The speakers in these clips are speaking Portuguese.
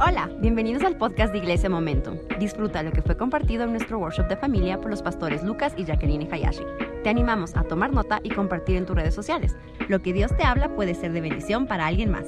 Hola, bienvenidos al podcast de Iglesia Momento. Disfruta lo que fue compartido en nuestro workshop de familia por los pastores Lucas y Jacqueline Hayashi. Te animamos a tomar nota y compartir en tus redes sociales. Lo que Dios te habla puede ser de bendición para alguien más.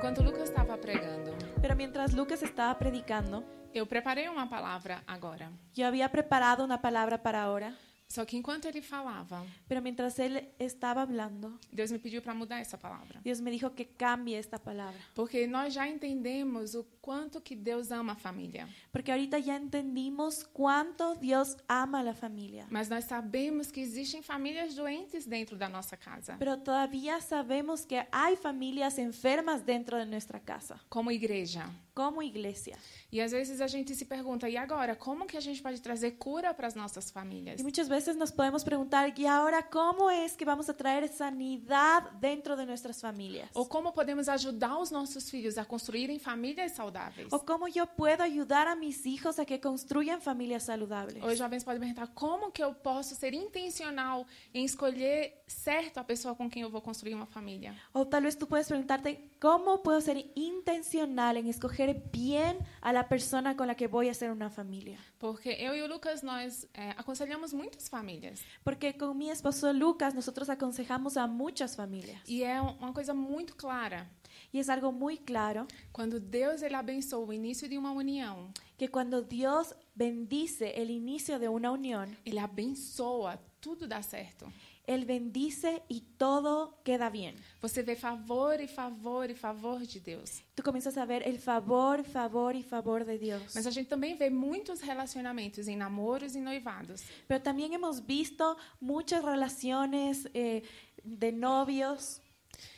Quando Lucas estava pregando, Pero mientras Lucas estaba predicando, eu preparei uma palavra agora. yo había preparado una palabra para ahora, Só que enquanto ele falava, pero mientras él estaba hablando, Deus me pediu para mudar essa palavra. Dios me dijo que cambie esta palabra. Porque nós já entendemos o quanto que Deus ama a família, Porque ahorita ya entendimos cuánto Dios ama a la familia. mas nós sabemos que existem famílias doentes dentro da nossa casa. Pero todavía sabemos que hay familias enfermas dentro de nuestra casa, Como igreja. como iglesia. E às vezes a gente se pergunta, e agora, como que a gente pode trazer cura para as nossas famílias? Y muchas veces nos podemos preguntar, ¿y ahora cómo es que vamos a traer sanidad dentro de nuestras familias? Ou como podemos ajudar os nossos filhos a construírem famílias saudáveis? ¿O cómo yo puedo ayudar a mis hijos a que construyan familias saludables? Os jovens podem perguntar como que eu posso ser intencional em escolher certo a pessoa com quem eu vou construir uma família. O tal vez tú puedes preguntarte, ¿cómo puedo ser intencional en escoger bien a la persona con la que voy a hacer una familia? Porque eu e o Lucas, nós é, aconselhamos muitas famílias. Porque con mi esposo Lucas nosotros aconsejamos a muchas familias E é um- uma coisa muito clara. y es algo muy claro Quando Deus ele abençoa o início de uma união, que cuando Dios bendice el inicio de una unión, ele abençoa, tudo dá certo. Él bendice y todo queda bien. Você vê favor e favor e favor de Deus. Tú comienzas a ver el favor, favor y favor de Dios. Mas a gente também vê muitos relacionamentos em namoros e noivados Pero también hemos visto muchas relaciones eh, de novios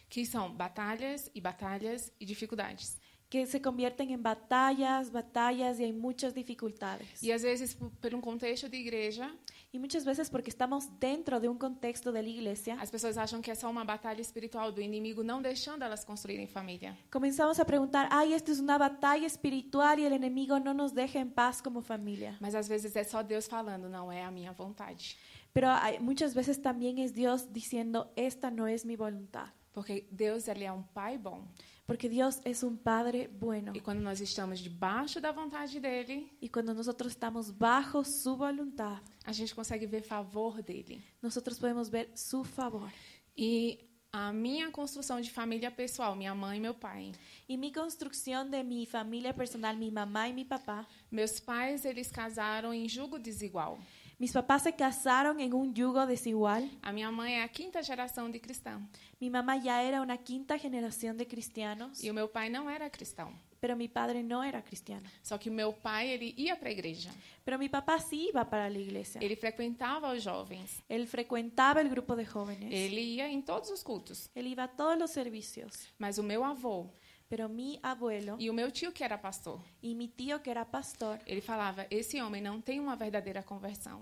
que são batalhas e batalhas e dificuldades. que se convierten en batallas, batallas y hay muchas dificultades. E às vezes, p- por um contexto de igreja, Y muchas veces porque estamos dentro de un contexto de la iglesia, as pessoas acham que é só uma batalha espiritual do inimigo não deixando elas construírem família. comenzamos a preguntar, ay, esto es una batalla espiritual y el enemigo no nos deja en paz como familia. Mas às vezes é só Deus falando, não é a minha vontade. Pero hay- muchas veces también es Dios diciendo, esta no es mi voluntad, Porque Deus ele é um pai bom. porque Dios es un Padre bueno. E quando nós estamos debaixo da vontade dele, Y cuando nosotros estamos bajo su voluntad, a gente consegue ver favor dele. nosotros podemos ver su favor. E a minha construção de família pessoal, minha mãe e meu pai. Y mi construcción de mi familia personal, mi mamá y mi papá, Meus pais, eles casaram em julgo desigual. Mis papás se casaron en un yugo desigual. A minha mãe é a quinta geração de cristã. Mi mamá ya era una quinta generación de cristianos, E o meu pai não era cristão. pero mi padre no era cristiano. Só que o meu pai, ele ia para a igreja. Pero mi papá sí iba para la iglesia. Ele frequentava os jovens. Él frecuentaba el grupo de jóvenes. Ele ia em todos os cultos. Él iba a todos los servicios. Mas o meu avô Pero mi abuelo e o meu tio, que era pastor, y mi tío, que era pastor, ele falava: esse homem não tem uma verdadeira conversão.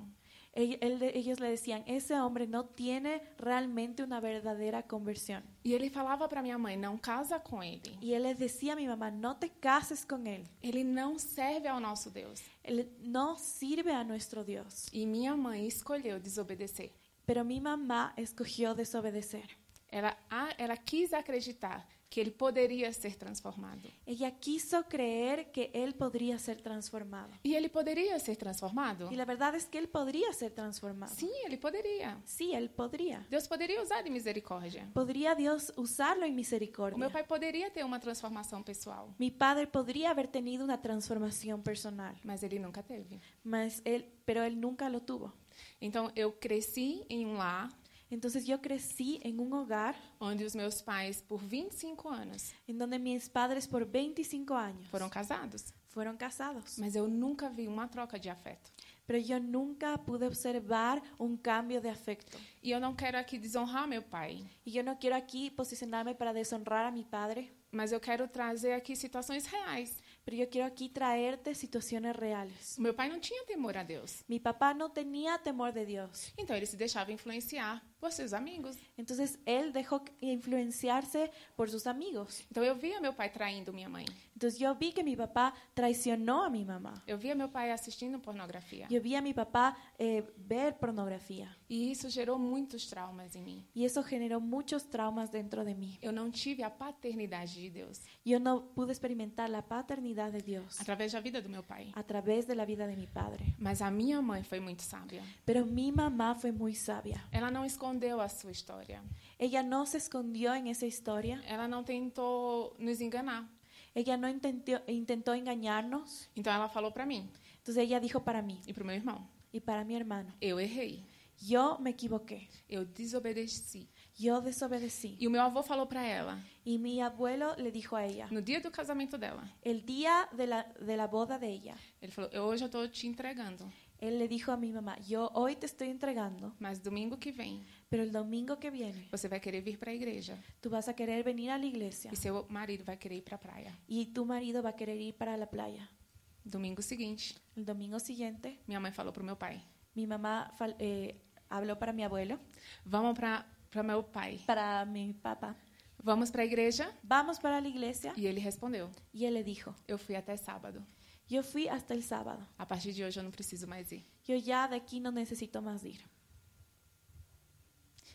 ell- él- ellos le decían, ese hombre no tiene realmente una verdadera conversión. E ele falava para minha mãe: não casa com ele. Y él les decía a mi mamá, no te cases con él. Ele não serve ao nosso Deus. Él no sirve a nuestro Dios. E minha mãe escolheu desobedecer. Pero mi mamá escogió desobedecer. Ela, a- ela quis acreditar que ele poderia ser transformado. Ella quiso creer que él podría ser transformado. E ele poderia ser transformado? Y la verdad es que él podría ser transformado. Sim, ele poderia. Sí, él podría. Deus poderia usar de misericórdia. Podría Dios usarlo en O meu misericordia. pai poderia ter uma transformação pessoal, Mi padre podría haber tenido una transformación personal, mas ele nunca teve. mas él, pero él nunca lo tuvo. Então eu cresci em um lar Entonces yo crecí en un hogar onde os meus pais, por 25 anos, en donde mis padres por 25 años foram casados, fueron casados, mas eu nunca vi uma troca de afeto. pero yo nunca pude observar un cambio de afecto. E eu não quero aqui desonrar meu pai, Y yo no quiero aquí posicionarme para deshonrar a mi padre, mas eu quero trazer aqui situações reais. Pero yo quiero aquí traerte situaciones reales. O meu pai não tinha temor a Deus, Mi papá no tenía temor de Dios, então ele se deixava influenciar por seus amigos. Entonces él dejó influenciarse por sus amigos. Então eu via meu pai traindo minha mãe. Entonces yo vi que mi papá traicionó a mi mamá. Eu via meu pai assistindo pornografia. Yo vi a mi papá eh, ver pornografía E isso gerou muitos traumas em mim. y eso generó muchos traumas dentro de mí. Eu não tive a paternidade de Deus Yo no pude experimentar la paternidad de Dios através da vida do meu pai. a través de la vida de mi padre. Mas a minha mãe foi muito sábia. Pero mi mamá fue muy sabia. Ela não escondeu a sua história. Ella no se escondió en esa historia. Ela não tentou nos enganar. Ella no intentó, intentó engañarnos. Então ela falou para mim Entonces ella dijo para mí e para meu irmão: y para mi hermano, eu errei, yo me equivoqué, eu desobedeci. yo desobedecí. E o meu avô falou para ela Y mi abuelo le dijo a ella, no dia do casamento dela. el día de la, de la boda de ella, Ele falou: eu hoje eu estou te entregando, él le dijo a mi mamá, yo hoy te estoy entregando, mas domingo que vem pero el domingo que viene você vai querer vir para a igreja tú vas a querer venir a la iglesia e seu marido vai querer ir para a praia. y tu marido va a querer ir para la playa. Domingo seguinte, El domingo siguiente, minha mãe falou para meu pai: mi mamá fal- eh, habló para mi abuelo, vamos para para meu pai, para mi papá, vamos para a igreja? vamos para la iglesia E ele respondeu: y él le dijo, eu fui até sábado. yo fui hasta el sábado, A partir de hoje eu não preciso mais ir. yo ya de aquí no necesito más ir.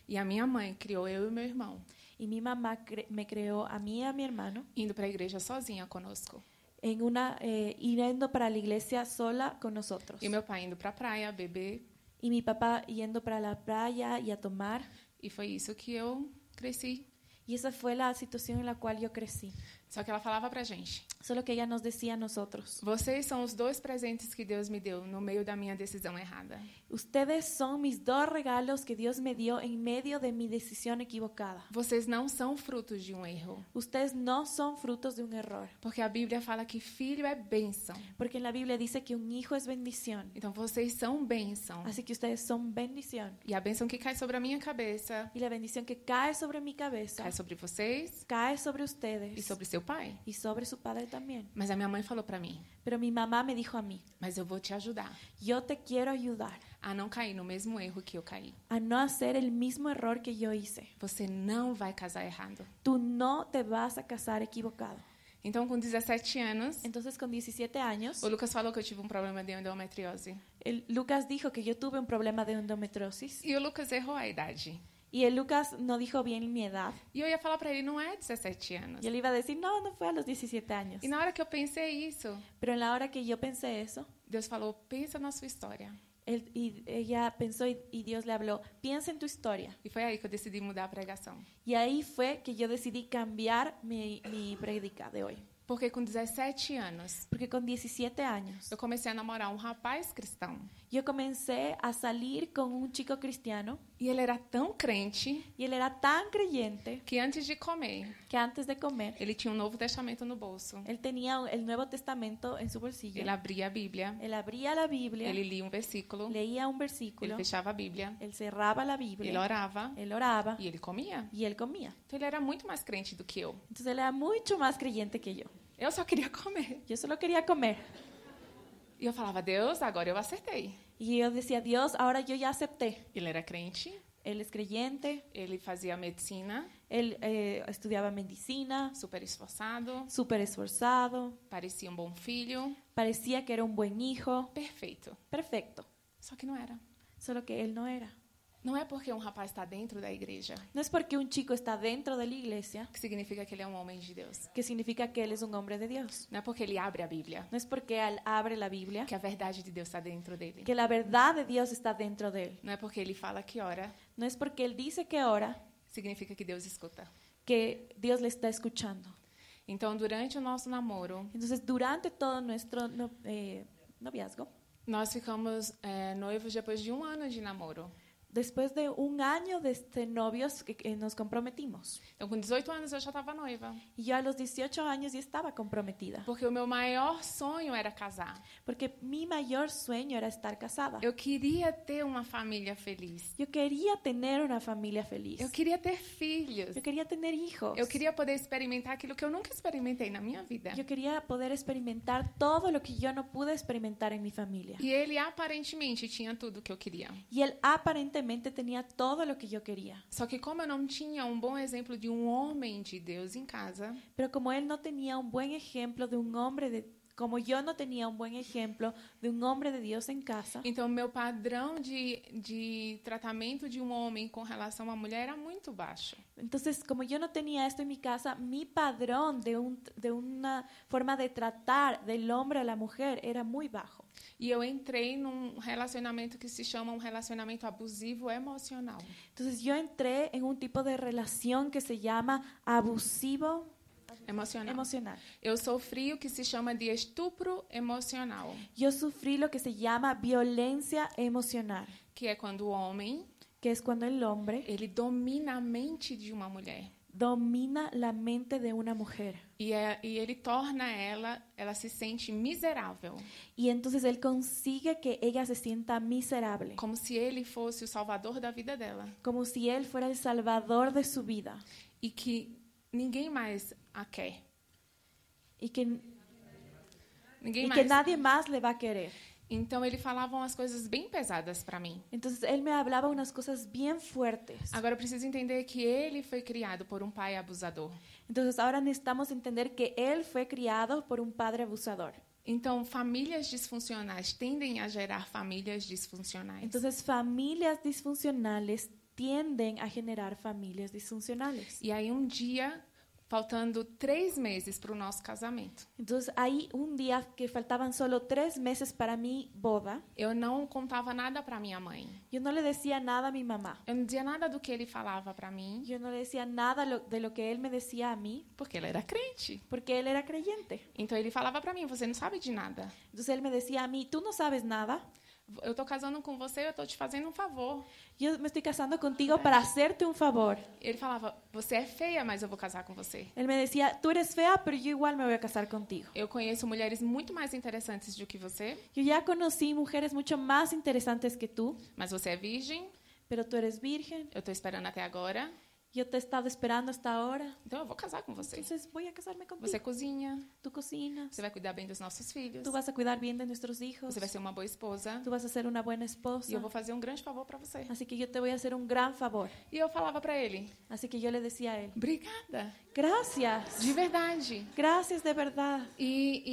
E a minha mãe criou eu e meu irmão, Y mi mamá cre- me creó a mí y a mi hermano indo para a igreja sozinha conosco. en una eh, yendo para la iglesia sola con nosotros. E meu pai indo para a praia, beber. Y mi papá yendo para la playa y a tomar. E foi isso que eu cresci. Y esa fue la situación en la cual yo crecí. Só que ela falava pra gente: Solo que ella nos decía a nosotros, "Vocês são os dois presentes que Deus me deu no meio da minha decisão errada. ustedes son mis dos regalos que Dios me dio en medio de mi decisión equivocada. Vocês não são frutos de um erro, Ustedes no son frutos de un error, porque a Bíblia fala que filho é bênção. porque en la Biblia dice que un hijo es bendición. Então vocês são bênção. Así que ustedes son bendición. E a bênção que cai sobre a minha cabeça Y la bendición que cae sobre mi cabeza, cai sobre vocês cae sobre e ustedes sobre seu pai. y sobre su padre también. Mas a minha mãe falou pra mim: Pero mi mamá me dijo a mí, "Mas eu vou te ajudar yo te quiero ayudar a não cair no mesmo erro que eu caí. a no hacer el mismo error que yo hice. Você não vai casar errado." Tú no te vas a casar equivocado. Então, com 17 anos, Entonces con 17 años, o Lucas falou que eu tive um problema de endometriose. el Lucas dijo que yo tuve un problema de endometriosis E o Lucas errou a idade. y el Lucas no dijo bien mi edad. E eu ia falar pra ele, não é 17 anos. Yo le iba a decir, no, no fue a los 17 años. E na hora que eu pensei isso, Pero en la hora que yo pensé eso, Deus falou, pensa na sua história. él- y ella pensó y, y Dios le habló, piensa en tu historia. E foi aí que eu decidi mudar a pregação. Y ahí fue que yo decidí cambiar mi, mi prédica de hoy. Porque com 17 anos, Porque con 17 años eu comecei a namorar um rapaz cristão. yo comencé a salir con un chico cristiano E ele era tão crente y él era tan creyente que antes de comer, que antes de comer ele tinha um Novo Testamento no bolso. Él tenía un- el Nuevo Testamento en su bolsillo. Ele abria a Bíblia, Él abría la Biblia, ele lia um versículo, leía un ele versículo, fechava a Bíblia, él cerraba la ele Biblia, orava él oraba e ele comia. y él comía. Então ele era muito mais crente do que eu. Entonces él era mucho más creyente que yo. Eu só queria comer. Yo solo quería comer. E eu falava, Deus, agora eu acertei. Y yo decía, Dios, ahora yo ya acepté. Ele era crente, Él es creyente, ele fazia medicina, él eh, estudiaba medicina, super esforçado, súper esforzado, parecia um bom filho, parecía que era un buen hijo, perfeito. perfecto. Só que não era. Solo que él no era. Não é porque um rapaz está dentro da igreja No es porque un chico está dentro de la iglesia que significa que ele é um homem de Deus. que significa que él es un hombre de Dios. Não é porque ele abre a Bíblia No es porque él abre la Biblia que a verdade de Deus está dentro dele. que la verdad de Dios está dentro de él. Não é porque ele fala que ora, No es porque él dice que ora significa que Deus escuta. que Dios le está escuchando. Então, durante o nosso namoro, Entonces, durante todo nuestro no- eh, noviazgo, nós ficamos eh, noivos depois de um ano de namoro. después de un año de este novios que, que nos comprometimos, Então, com 18 anos, eu já estava noiva. y yo a los 18 años ya estaba comprometida, Porque o meu maior sonho era casar. porque mi mayor sueño era estar casada. Eu queria ter uma família feliz. Yo quería tener una familia feliz. Eu queria ter filhos. Yo quería tener hijos. Eu queria poder experimentar aquilo que eu nunca experimentei na minha vida. Yo quería poder experimentar todo lo que yo no pude experimentar en mi familia. E ele aparentemente tinha tudo que eu queria. Y él aparentemente realmente tenía todo lo que yo quería. Só que como eu não tinha um bom exemplo de um homem de Deus em casa, Pero como él no tenía un buen ejemplo de un hombre de como yo no tenía un buen ejemplo de un hombre de Dios en casa, então meu padrão de, de tratamento de um homem com relação a uma mulher era muito baixo. entonces como yo no tenía esto en mi casa, mi padrón de, un- de una forma de tratar del hombre a la mujer era muy bajo. E eu entrei num relacionamento que se chama um relacionamento abusivo emocional. Entonces yo entré en un tipo de relación que se llama abusivo Emocional. emocional. Eu sofri o que se chama de estupro emocional, Yo sufrí lo que se llama violencia emocional, que é quando o homem, que es cuando el hombre ele domina a mente de uma mulher. domina la mente de una mujer. E, é, e ele torna ela, ela se sente miserável, Y entonces él consigue que ella se sienta miserable, como se ele fosse o salvador da vida dela. como si él fuera el salvador de su vida E que ninguém mais a quer. y que, Ninguém y que mais. nadie más le va a querer. Então ele falava umas coisas bem pesadas para mim. Entonces él me hablaba unas cosas bien fuertes. Agora eu preciso entender que ele foi criado por um pai abusador. Entonces ahora necesitamos entender que él fue criado por un padre abusador. Então, famílias disfuncionais tendem a gerar famílias disfuncionais. Entonces familias disfuncionales tienden a generar familias disfuncionales. E aí, um dia, faltando três meses para o nosso casamento, Entonces ahí un día que faltaban solo tres meses para mi boda, eu não contava nada para minha mãe. yo no le decía nada a mi mamá. Eu não dizia nada do que ele falava para mim, Yo no le decía nada lo- de lo que él me decía a mí, porque ele era crente. porque él era creyente. Então, ele falava para mí: Você não sabe de nada. Entonces él me decía a mí, tú no sabes nada, Eu tô casando com você, eu tô te fazendo um favor. yo me estoy casando contigo para hacerte un favor. Ele falava: Você é feia, mas eu vou casar com você. Él me decía, tú eres fea, pero yo igual me voy a casar contigo. Eu conheço mulheres muito mais interessantes do que você, Yo ya conocí mujeres mucho más interesantes que tú, mas você é virgem. pero tú eres virgen, Eu tô esperando até agora. yo te he estado esperando hasta ahora, Então, eu vou casar com você. entonces voy a casarme Você é contigo. cozinha, Tú cocinas, você vai cuidar bem dos nossos filhos, tú vas a cuidar bien de nuestros hijos, você vai ser uma boa esposa. tú vas a ser una buena E esposa, eu vou fazer um grande favor para você. así que yo te voy a hacer un gran favor. E eu falava para ele: Así que yo le decía a él, Obrigada, gracias, de verdade. gracias de verdad. E,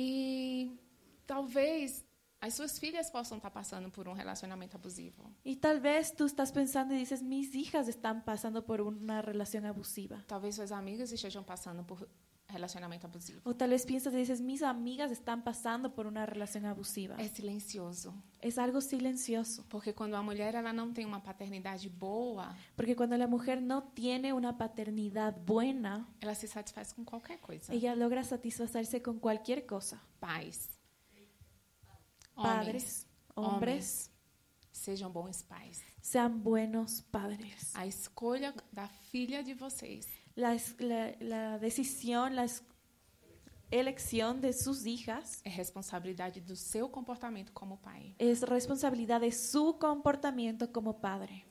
e talvez as suas filhas possam estar passando por um relacionamento abusivo. Y tal vez tú estás pensando y dices, mis hijas están pasando por una relación abusiva. Talvez suas amigas estejam passando por relacionamento abusivo. O tal vez piensas y dices, mis amigas están pasando por una relación abusiva. É silencioso, Es algo silencioso, porque quando a mulher ela não tem uma paternidade boa, porque cuando la mujer no tiene una paternidad buena, ela se satisfaz com qualquer coisa. ella logra satisfacerse con cualquier cosa. Pais, Padres, hombres, homens, sejam bons pais. sean buenos padres. A escolha da filha de vocês La, es- la- la decisión, la es- elección de sus hijas é responsabilidade do seu comportamento como pai. es responsabilidad de su comportamiento como padre.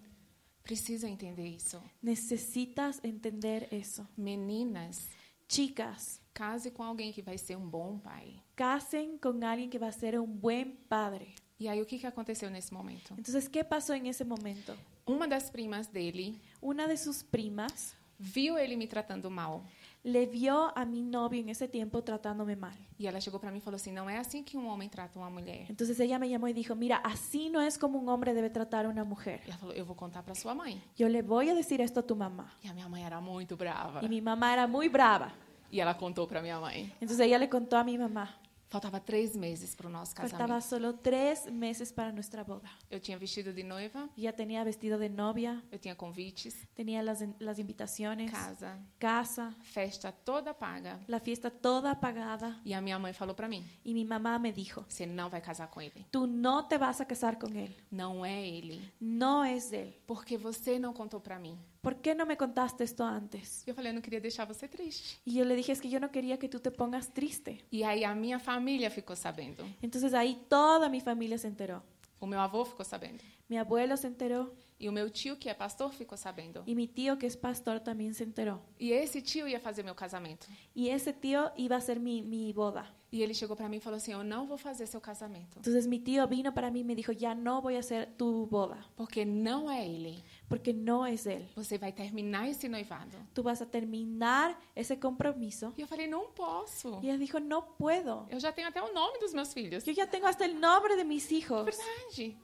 Precisa entender isso. Necesitas entender eso. Meninas, Chicas, case com alguém que vai ser um bom pai. casen con alguien que va a ser un buen padre. E aí, o que, que aconteceu nesse momento? Entonces, ¿qué pasó en ese momento? Uma das primas dele Una de sus primas viu ele me tratando mal. le vio a mi novio en ese tiempo tratándome mal. E ela chegou para mim e falou assim: não é assim que um homem trata uma mulher. Entonces ella me llamó y dijo, mira, así no es como un hombre debe tratar a una mujer. Ela falou: eu vou contar para sua mãe. Yo le voy a decir esto a tu mamá. E a minha mãe era muito brava. Y mi mamá era muy brava. E ela contou para minha mãe. Entonces ella le contó a mi mamá. Faltaba três meses para o nosso Faltaba casamento. solo tres meses para nuestra boda. Eu tinha vestido de noiva, Ella tenía vestido de novia, eu tinha convites, tenía las, las invitaciones, casa, casa, festa toda paga. la fiesta toda pagada. E a minha mãe falou para mim: Y mi mamá me dijo, você não vai casar com ele. tú no te vas a casar con él. Não é ele. No es él. Porque você não contou para mim. ¿Por qué no me contaste esto antes? Eu falei: eu não queria deixar você triste. Y yo le dije, es que yo no quería que tú te pongas triste. E aí a minha família ficou sabendo. Entonces ahí toda mi familia se enteró. O meu avô ficou sabendo. Mi abuelo se enteró E o meu tio, que é pastor, ficou sabendo. y mi tío, que es pastor, también se enteró. E esse tio ia fazer meu casamento. Y ese tío iba a ser mi, mi boda. E ele chegou para mim e falou assim: Eu não vou fazer seu casamento, Entonces mi tío vino para mí y me dijo, ya no voy a hacer tu boda, porque não é ele. porque no es él. Você vai terminar esse noivado. Tú vas a terminar ese compromiso. E eu falei: Não posso. Y él dijo, no puedo. Eu já tenho até o nome dos meus filhos. É Yo ya tengo hasta el nombre de mis hijos. Verdade.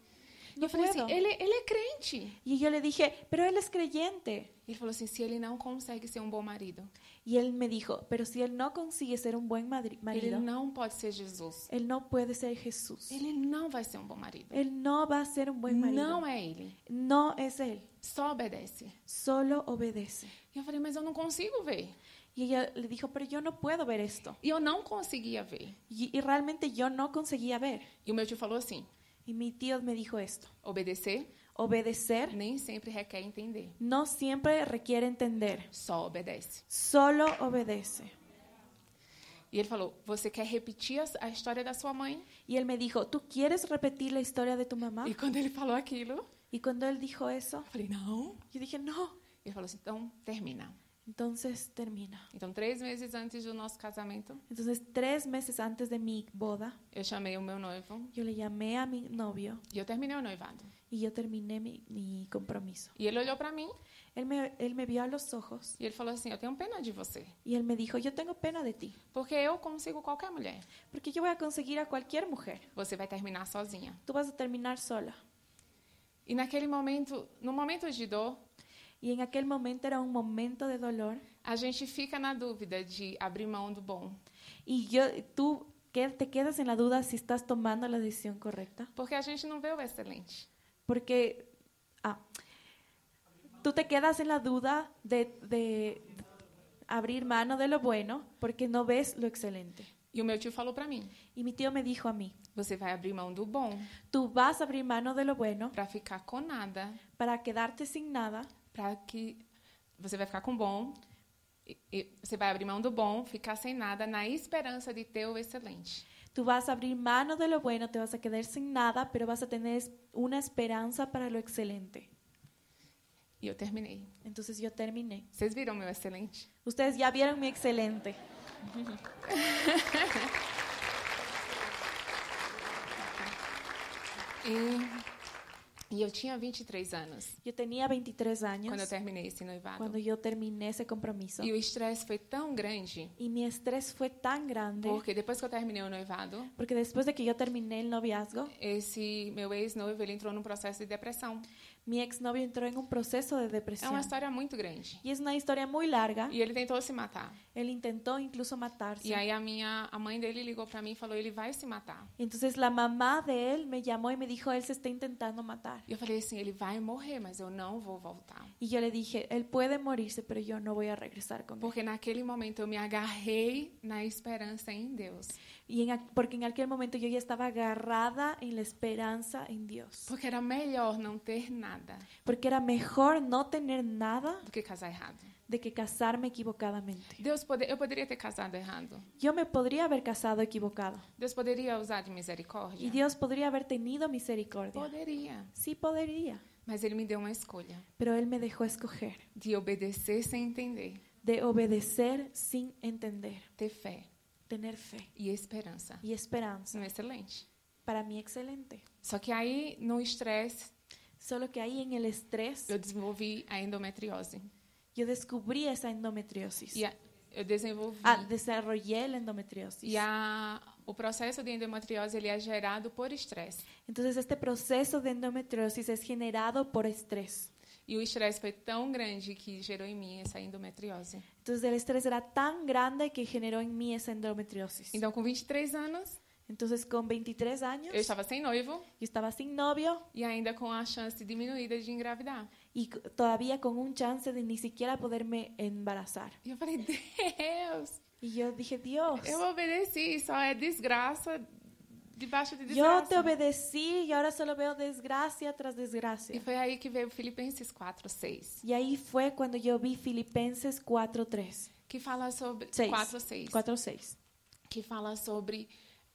E Não eu falei puedo. assim: ele, ele é crente. Y yo le dije, pero él es creyente. Ele falou assim: se ele não consegue ser um bom marido, Y él me dijo, pero si él no consigue ser un buen madri- ele marido, não pode ser Jesus. él no puede ser Jesús. Ele não vai ser um bom marido. Él no va a ser un buen um marido. Não é ele. No es él, Só obedece. solo obedece. E eu falei: Mas eu não consigo ver. Y ella le dijo, pero yo no puedo ver esto. E eu não conseguia ver. Y, y realmente yo no conseguía ver. E o meu tio falou assim: Y mi tío me dijo esto, Obedecer obedecer nem sempre requer entender. no siempre requiere entender, Só obedece. solo obedece. E ele falou: Você quer repetir a- a história da sua mãe? Y él me dijo, ¿tú quieres repetir la historia de tu mamá? E quando ele falou aquilo, Y cuando él dijo eso, eu falei: Não. yo dije, no, Ele falou assim: Então termina. entonces termina. Então, três meses antes do nosso casamento, Entonces, tres meses antes de mi boda, eu chamei o meu noivo yo le llamé a mi novio e eu terminei o noivado. y yo terminé mi, mi compromiso. E ele olhou para mim Él me, él me vio a los ojos e ele falou assim: Eu tenho pena de você, y él me dijo, yo tengo pena de ti, porque eu consigo qualquer mulher. porque yo voy a conseguir a cualquier mujer. Você vai terminar sozinha. Tú vas a terminar sola. E naquele momento, no momento de dor, Y en aquel momento era un momento de dolor a gente fica na dúvida de abrir mão do bom, y yo, tú que- te quedas en la duda si estás tomando la decisión correcta, porque a gente não vê o excelente. porque ah, tú te quedas en la duda de, de abrir mano de lo bueno porque no ves lo excelente. E o meu tio falou para mim: Y mi tío me dijo a mí, Você vai abrir mão do bom tú vas a abrir mano de lo bueno para ficar com nada, para quedarte sin nada, para que você vai ficar com o bom. e- e você vai abrir mão do bom, ficar sem nada, na esperança de ter o excelente. tú vas a abrir mano de lo bueno, te vas a quedar sin nada, pero vas a tener es- una esperanza para lo excelente. E eu terminei. Entonces yo terminé. Vocês viram meu excelente? Ustedes ya vieron mi excelente. E, e eu tinha 23 anos Yo tenía 23 quando eu años terminei esse noivado. cuando yo terminé ese compromiso. E o estresse foi tão grande, Y mi estrés fue tan grande porque depois que eu terminei o noivado, porque después de que yo terminé el noviazgo, esse meu ex-noivo ele entrou num processo de depressão. mi exnovio entró en un proceso É de Ah. uma depresión. história muito grande. Y es una historia muy larga. E ele tentou se matar. Él intentó incluso matarse. E aí a minha a mãe dele ligou para mim e falou: "Ele vai se matar". Entonces la mamá de él me llamó y me dijo, él se está intentando matar. E eu falei assim: "Ele vai morrer, mas eu não vou voltar". Y yo le dije, él puede morirse, pero yo no voy a regresar con él. Porque naquele momento eu me agarrei na esperança em Deus. Y en aqu- porque en aquel momento yo ya estaba agarrada en la esperanza en Dios. Porque era melhor não ter nada Porque era mejor no tener nada do que casar errado. de que casarme equivocadamente. Deus pode, eu poderia ter casado errado. Yo me podría haber casado equivocado. Deus poderia usar de Y misericórdia. Dios podría haber tenido misericordia. Poderia, Sí podría. mas ele me deu uma escolha Pero Él me dejó escoger de obedecer sem entender, de obedecer sin entender, ter fé tener fe e esperanza. y Isso esperanza. não é excelente. Para mí excelente. Só que aí no estresse Solo que ahí en el estrés eu desenvolvi a endometriose. yo descubrí esa endometriosis. E a, eu desenvolvi Ah, desarrollé la endometriosis. e a, o processo de endometriose ele é gerado por estresse. Entonces este proceso de endometriosis es generado por estrés. E o estresse foi tão grande que gerou em mim essa endometriose. Entonces el estrés era tan grande que generó en mí esa endometriosis. Então, com 23 anos, Entonces con 23 años eu estava sem noivo yo estaba sin novio e ainda com a chance diminuída de engravidar. y c- todavía con un chance de ni siquiera poderme embarazar. E eu falei, Deus, Y yo dije, Dios, eu obedeci, só é desgraça debaixo de yo te desgraça. obedecí y ahora solo veo desgracia tras E desgracia. foi aí que veio Filipenses 4, 6, Y ahí fue cuando yo vi Filipenses 4.3. que fala sobre... 6. 4, 6. 4.6. Que fala sobre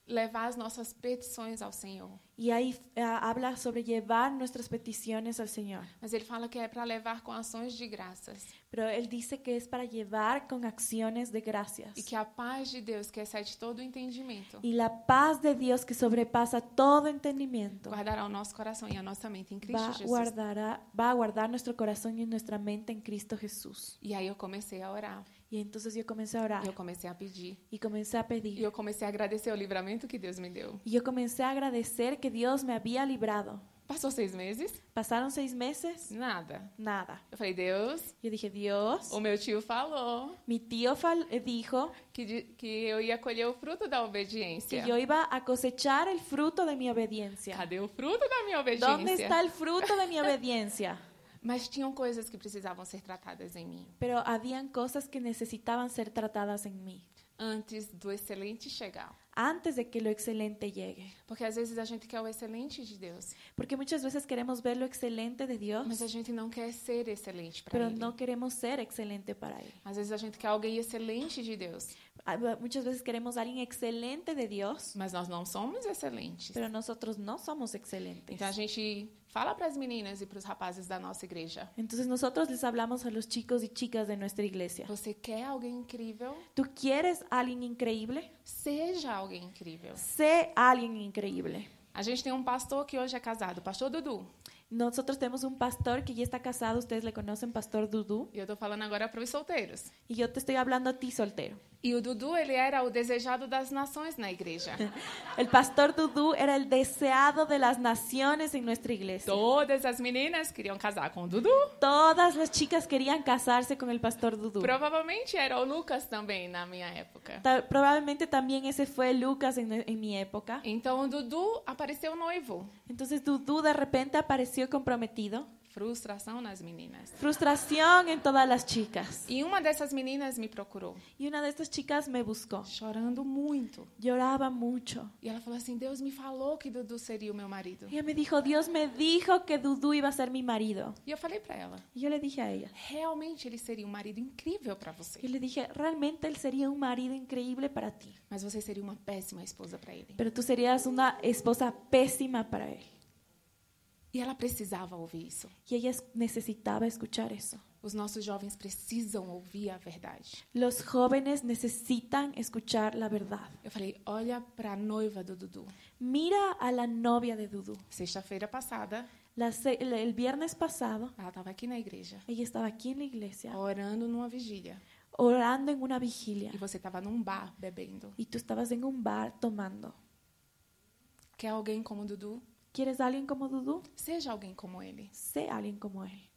levar as nossas petições ao Senhor. Y ahí eh, habla sobre llevar nuestras peticiones al Señor. Mas ele fala que é para levar com ações de graças. Pero Él dice que es para llevar con acciones de gracias. E que a paz de Deus, que excede todo o entendimento, Y la paz de Dios que sobrepasa todo entendimiento guardará o nosso coração e a nossa mente em Cristo va, Jesus. guardará, va a guardar nuestro corazón y nuestra mente en Cristo Jesús. E aí eu comecei a orar, Y entonces yo comencé a orar eu comecei a pedir, y comencé a e pedir. eu comecei a agradecer o livramento que Deus me deu. Y yo comencé a agradecer que Dios me había librado. Passou seis meses, Pasaron seis meses, nada. nada. Eu falei, Deus, Yo dije, Dios, o meu tio falou mi tío fal- eh, dijo que, de- que eu ia colher o fruto da que obediência. yo iba a cosechar el fruto de mi obediencia. Cadê o fruto da minha ¿Dónde obediência? está el fruto de mi obediencia? Mas tinham coisas que precisavam ser tratadas em mim. Pero habían cosas que necesitaban ser tratadas en mí antes do excelente chegar. antes de que lo excelente llegue. Porque às vezes a gente quer o excelente de Deus, Porque muchas veces queremos ver lo excelente de mas a Dios, gente não quer ser excelente para pero Ele. no queremos ser excelente para Él. Às vezes a gente quer alguém excelente de Deus, Ah, bu- Muchas veces queremos a alguien excelente de Dios, mas nós não somos excelentes. pero nosotros no somos excelentes. Então a gente fala para as meninas e para os rapazes da nossa igreja: Entonces nosotros les hablamos a los chicos y chicas de nuestra iglesia. você quer alguém incrível? ¿Tú quieres a alguien increíble? Seja alguém incrível. Sé alguien increíble. A gente tem um pastor que hoje é casado, o pastor Dudu. Nosotros tenemos un pastor que ya está casado, ustedes le conocen, pastor Dudú, E eu tô falando agora para os solteiros. y yo te estoy hablando a ti soltero. E o Dudu, ele era o desejado das nações na igreja. El pastor Dudú era el deseado de las naciones en nuestra iglesia. Todas as meninas queriam casar com o Dudu. Todas las chicas querían casarse con el pastor Dudú. Provavelmente era o Lucas também na minha época. Ta- probablemente también ese fue Lucas en, en mi época. Então o Dudu apareceu noivo. Entonces Dudú de repente apareció comprometido. Frustração nas meninas. Frustración en todas las chicas. E uma dessas meninas me procurou, Y una de estas chicas me buscó. chorando muito. Lloraba mucho. E ela falou assim: Deus me falou que Dudu seria o meu marido. Ella me dijo, Dios me dijo que Dudú iba a ser mi marido. E eu falei pra ela: Y yo le dije a ella, realmente ele seria um marido incrível pra você. yo le dije, realmente él sería un marido increíble para ti. Mas você seria uma péssima esposa pra ele. Pero tú serías una esposa pésima para él. E ela precisava ouvir isso. Y ella es- necesitaba escuchar eso. Os nossos jovens precisam ouvir a verdade. Los jóvenes necesitan escuchar la verdad. Eu falei: olha pra noiva do Dudu. Mira a la novia de Dudu. Sexta-feira passada, La se- el, el viernes pasado, ela estava aqui na igreja. ella estaba aquí en la iglesia orando numa vigília orando en una vigilia e você estava num bar bebendo. y tú estabas en un bar tomando. Quer alguém como Dudu? ¿Quieres a alguien como Dudu? Seja alguém como ele. Sé alguien como él.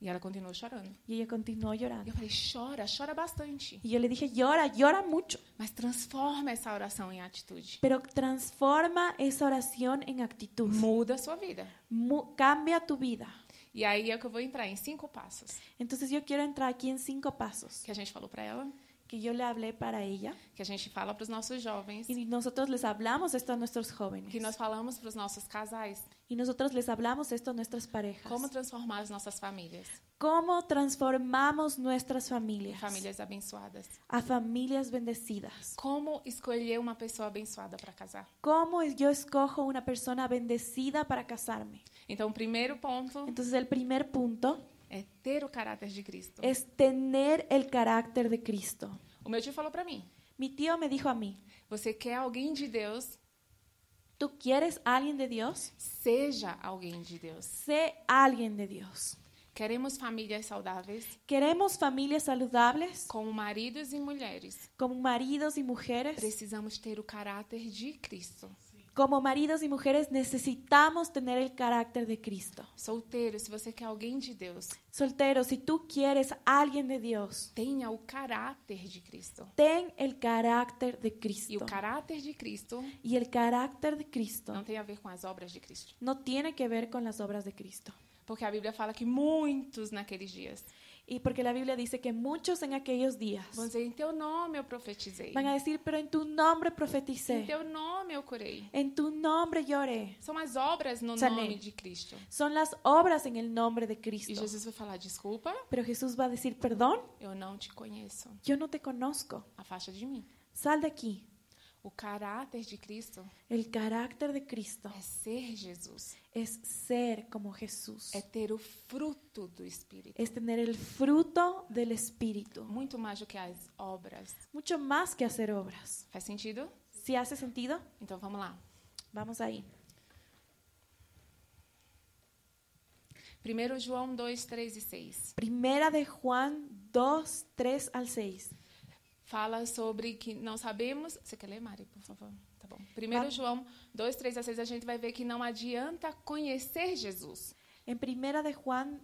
E ela continuou chorando. Y ella continuó E eu llorando. falei: chora, chora bastante, Y yo le dije, llora, llora mucho, mas transforma essa oração em atitude. pero transforma esa oración en actitud. Muda a sua vida. Mu- cambia tu vida. E aí é que eu vou entrar em cinco passos Entonces yo quiero entrar aquí en cinco pasos que a gente falou para ela, que yo le hablé para ella. que a gente fala para os nossos jovens, Y nosotros les hablamos esto a nuestros jóvenes. que nós falamos para os nossos casais, Y nosotros les hablamos esto a nuestras parejas. como transformar as nossas famílias, Cómo transformamos nuestras em familias famílias abençoadas. a familias bendecidas. Como escolher uma pessoa abençoada para casar. Cómo yo escojo una persona bendecida para casarme. Então, o primeiro ponto Entonces el primer punto é ter o caráter de Cristo. es tener el carácter de Cristo. O meu tio falou pra mim: Mi tío me dijo a mí, você quer alguém de Deus, ¿tú quieres a alguien de Dios? seja alguém de Deus. Sé alguien de Dios. Queremos famílias saudáveis, Queremos familias saludables como maridos e mulheres. como maridos y mujeres. Precisamos ter o caráter de Cristo. Como maridos y mujeres necesitamos tener el carácter de Cristo. Solteiro, se você quer alguém de Deus, Soltero, si tú quieres a alguien de Dios, tenha o caráter de Cristo. ten el carácter de E o Cristo. caráter de Cristo Y el carácter de não Cristo tem a ver com as obras de Cristo. no tiene que ver con las obras de Cristo. Porque a Bíblia fala que muitos naqueles dias Y porque la Biblia dice que muchos en aquellos días vão dizer: em teu nome eu profetizei, van a decir, pero en tu nombre em profeticé, teu nome eu curei. en tu nombre lloré. São as obras no Sanei. nome de Cristo. Son las obras en el nombre de E Cristo. Jesus vai falar: desculpa, Pero Jesús va a decir, perdón, Eu não te conheço. yo no te conozco, Afasta de mí. sal de aquí. O caráter de Cristo El carácter de Cristo é ser Jesus, es ser como Jesús, é ter o fruto do Espírito, es tener el fruto del Espíritu, muito mais do que as obras. mucho más que hacer obras. Faz sentido? ¿Si hace sentido? Então vamos lá. Vamos ahí. 1 João 2, 3 e 6 Primera de Juan 2, 3 al 6. fala sobre que não sabemos. Você quer ler, Mari, por favor? Tá bom. 1 Tá. João 2, 3 a 6, a gente vai ver que não adianta conhecer Jesus. En Primera de Juan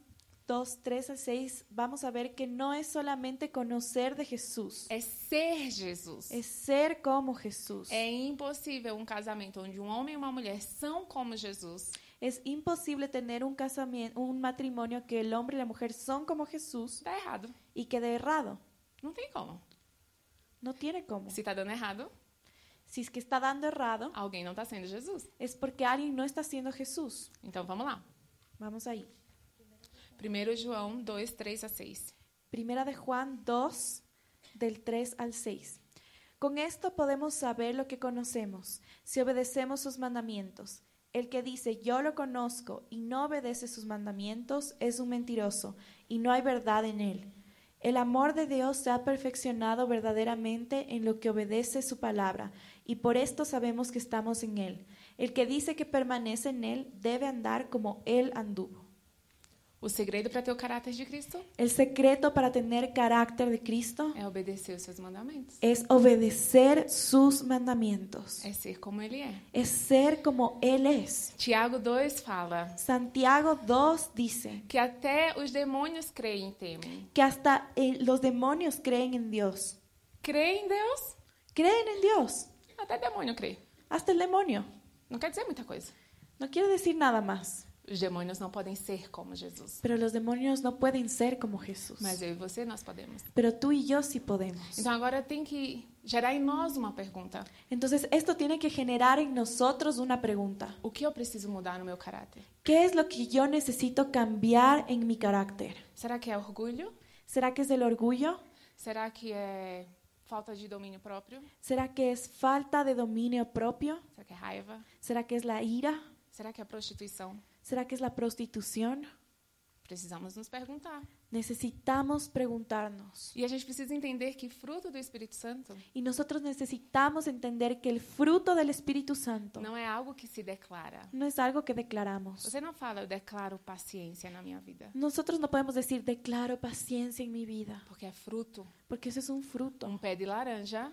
2, 3 al 6 vamos a ver que no es solamente conocer de Jesús, É ser Jesus. es ser como Jesús. É impossível um casamento onde um homem e uma mulher são como Jesus Es imposible tener un casamiento, un matrimonio que el hombre y la mujer son como Jesús Tá errado. y quede errado. Não tem como. No tiene cómo. Se tá dando errado, Si es que está dando errado, alguém não tá sendo Jesus. es porque alguien no está siendo Jesús. Então vamos lá. Vamos ahí. 1 João 2, 3 a 6. Primera de Juan 2, del 3 al 6. Con esto podemos saber lo que conocemos, si obedecemos sus mandamientos. El que dice yo lo conozco y no obedece sus mandamientos es un mentiroso y no hay verdad en él. El amor de Dios se ha perfeccionado verdaderamente en lo que obedece su palabra y por esto sabemos que estamos en él. El que dice que permanece en él debe andar como él anduvo. O segredo para ter o caráter de Cristo El secreto para tener carácter de Cristo é obedecer os seus mandamentos. es obedecer sus mandamientos, É ser como ele é. es ser como Él es. Tiago 2 fala Santiago 2 dice que até os demônios creem e temem. que hasta eh, los demonios creen en Dios. Crê em Deus, Creen en Dios, até demônio crê. hasta el demonio. Não quer dizer muita coisa. No quiere decir nada más, Os demônios não podem ser como Jesus. pero los demonios no pueden ser como Jesús. Mas eu e você, nós podemos. Pero tú y yo sí podemos. Então agora tem que gerar em nós uma pergunta. Entonces esto tiene que generar en nosotros una pregunta. O que eu preciso mudar no meu caráter? ¿Qué es lo que yo necesito cambiar en mi carácter? Será que é orgulho? ¿Será que es el orgullo? Será que é falta de domínio próprio? ¿Será que es falta de dominio propio? Será que é raiva? ¿Será que es la ira? Será que é prostituição? ¿Será que es la prostitución? Precisamos nos perguntar. Necesitamos preguntarnos. E a gente precisa entender que fruto do Espírito Santo Y nosotros necesitamos entender que el fruto del Espíritu Santo não é algo que se declara. no es algo que declaramos. Você não fala, eu declaro paciência na minha vida. Nosotros no podemos decir, declaro paciencia en mi vida, Porque é fruto. porque eso es un fruto. Um pé de laranja,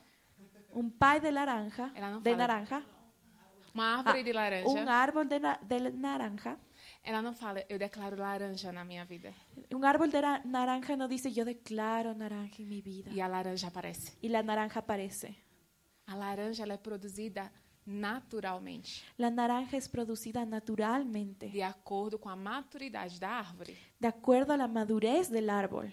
Un pay de naranja, Era no de fala. naranja, uma árvore Ah, Ah, de un laranja, árbol de, na- de naranja. ela não fala, eu declaro laranja na minha vida. Un árbol de ra- naranja no dice, yo declaro naranja en mi vida. E a laranja aparece. Y la naranja aparece. A laranja ela é produzida naturalmente, La naranja es producida naturalmente. de acordo com a maturidade da árvore. de acuerdo a la madurez del árbol.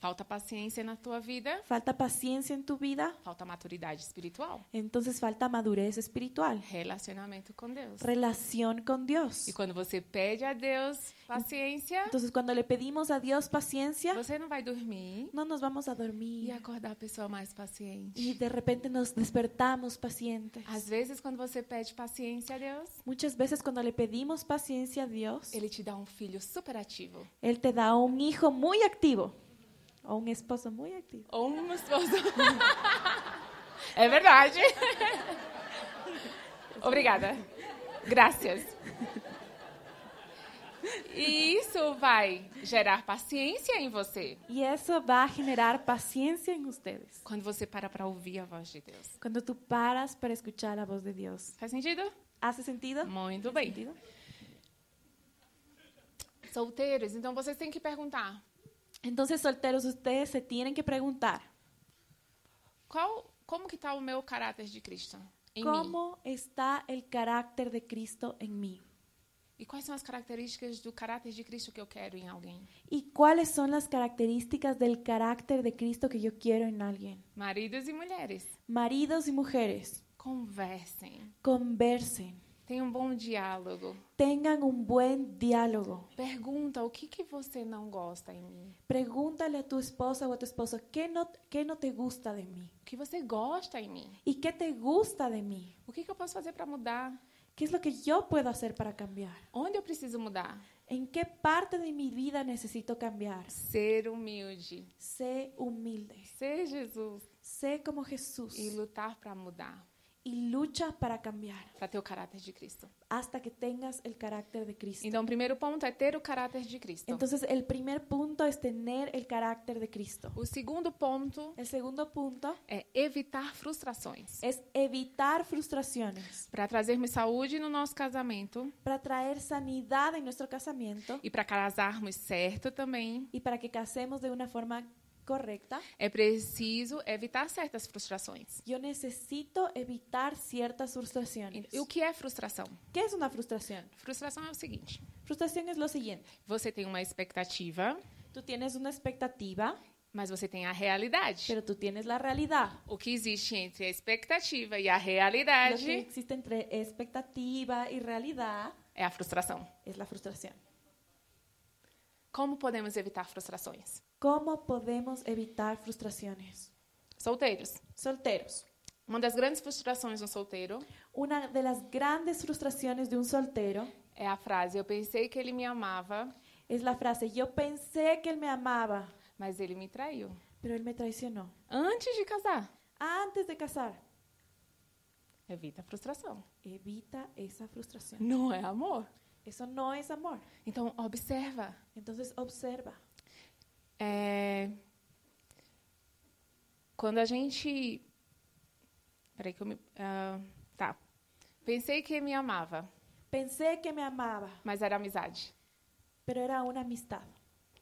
Falta paciência na tua vida, Falta paciencia en tu vida, falta maturidade espiritual, entonces falta madurez espiritual, relacionamento com Deus. relación con E Dios. quando você pede a Deus paciência, Entonces cuando le pedimos a Dios paciencia, você não vai dormir no nos vamos a e dormir acordar Pues, a pessoa mais paciente. y de repente nos despertamos pacientes. Às vezes, quando você pede paciência a Deus, Muchas veces cuando le pedimos paciencia a Dios, Ele te dá um filho superativo. Él te da un hijo muy activo o un esposo muy activo. Ou uma esposa. é verdade. Obrigada. Graças. E isso vai gerar paciência em você. Y eso va a generar paciencia en ustedes. Quando você para para ouvir a voz de Deus. Cuando tú paras para escuchar la voz de Dios. Faz sentido? ¿Hace sentido? Muito bem. ¿Sentido? Solteiros, então vocês têm que perguntar: Entonces, solteros, ustedes se tienen que preguntar, qual, como que está o meu caráter de Cristo em mim? ¿cómo está el carácter de Cristo en mí? E quais são as características do caráter de Cristo que eu quero em alguém? ¿Y cuáles son las características del carácter de Cristo que yo quiero en alguien? Maridos e mulheres, Maridos y mujeres, conversem. conversen. Tenha um bom diálogo. Tengan un buen diálogo. Pergunta o que, que você não gosta em mim. Pregúntale a tu esposa o a tu esposo, ¿qué no, qué no te gusta de mí? O que você gosta em mim. ¿Y qué te gusta de mí? O que, que eu posso fazer para mudar? ¿Qué es lo que yo puedo hacer para cambiar? Onde eu preciso mudar? ¿En qué parte de mi vida necesito cambiar? Ser humilde. Sé humilde, Ser Jesus. sé como Jesús E lutar para mudar. y lucha para cambiar Para ter o caráter de Cristo. hasta que tengas el carácter de Cristo. Então, o primeiro ponto é ter o caráter de Cristo. Entonces, el primer punto es tener el carácter de Cristo. o segundo ponto El segundo punto é evitar frustrações. es evitar frustraciones Para trazermos saúde no nosso casamento para traer sanidad en nuestro casamiento e para casarmos certo também, y para que casemos de una forma correcta. é preciso evitar certas frustrações. Yo necesito evitar ciertas frustraciones. E o que é frustração? ¿Qué es una frustración? Frustração é o seguinte: Frustración es lo siguiente. você tem uma expectativa, Tú tienes una expectativa, mas você tem a realidade. pero tú tienes la realidad. O que existe entre a expectativa e a Lo que realidade existe entre expectativa y realidad é a frustração. es la frustración. Como podemos evitar frustrações? ¿Cómo podemos evitar frustraciones? Solteiros. Solteros. Uma das grandes frustrações de um solteiro Una de las grandes frustraciones de un soltero é a frase: Eu pensei que ele me amava, es la frase, yo pensé que él me amaba, mas ele me traiu. pero él me traicionó. Antes de casar, Antes de casar, evita a frustração. evita esa frustración. Não é amor. Eso no es amor. Então, observa. Entonces observa. É, Quando a gente. Peraí, que eu me. ah, tá. Pensei que me amava, Pensé que me amaba, mas era amizade. pero era una amistad.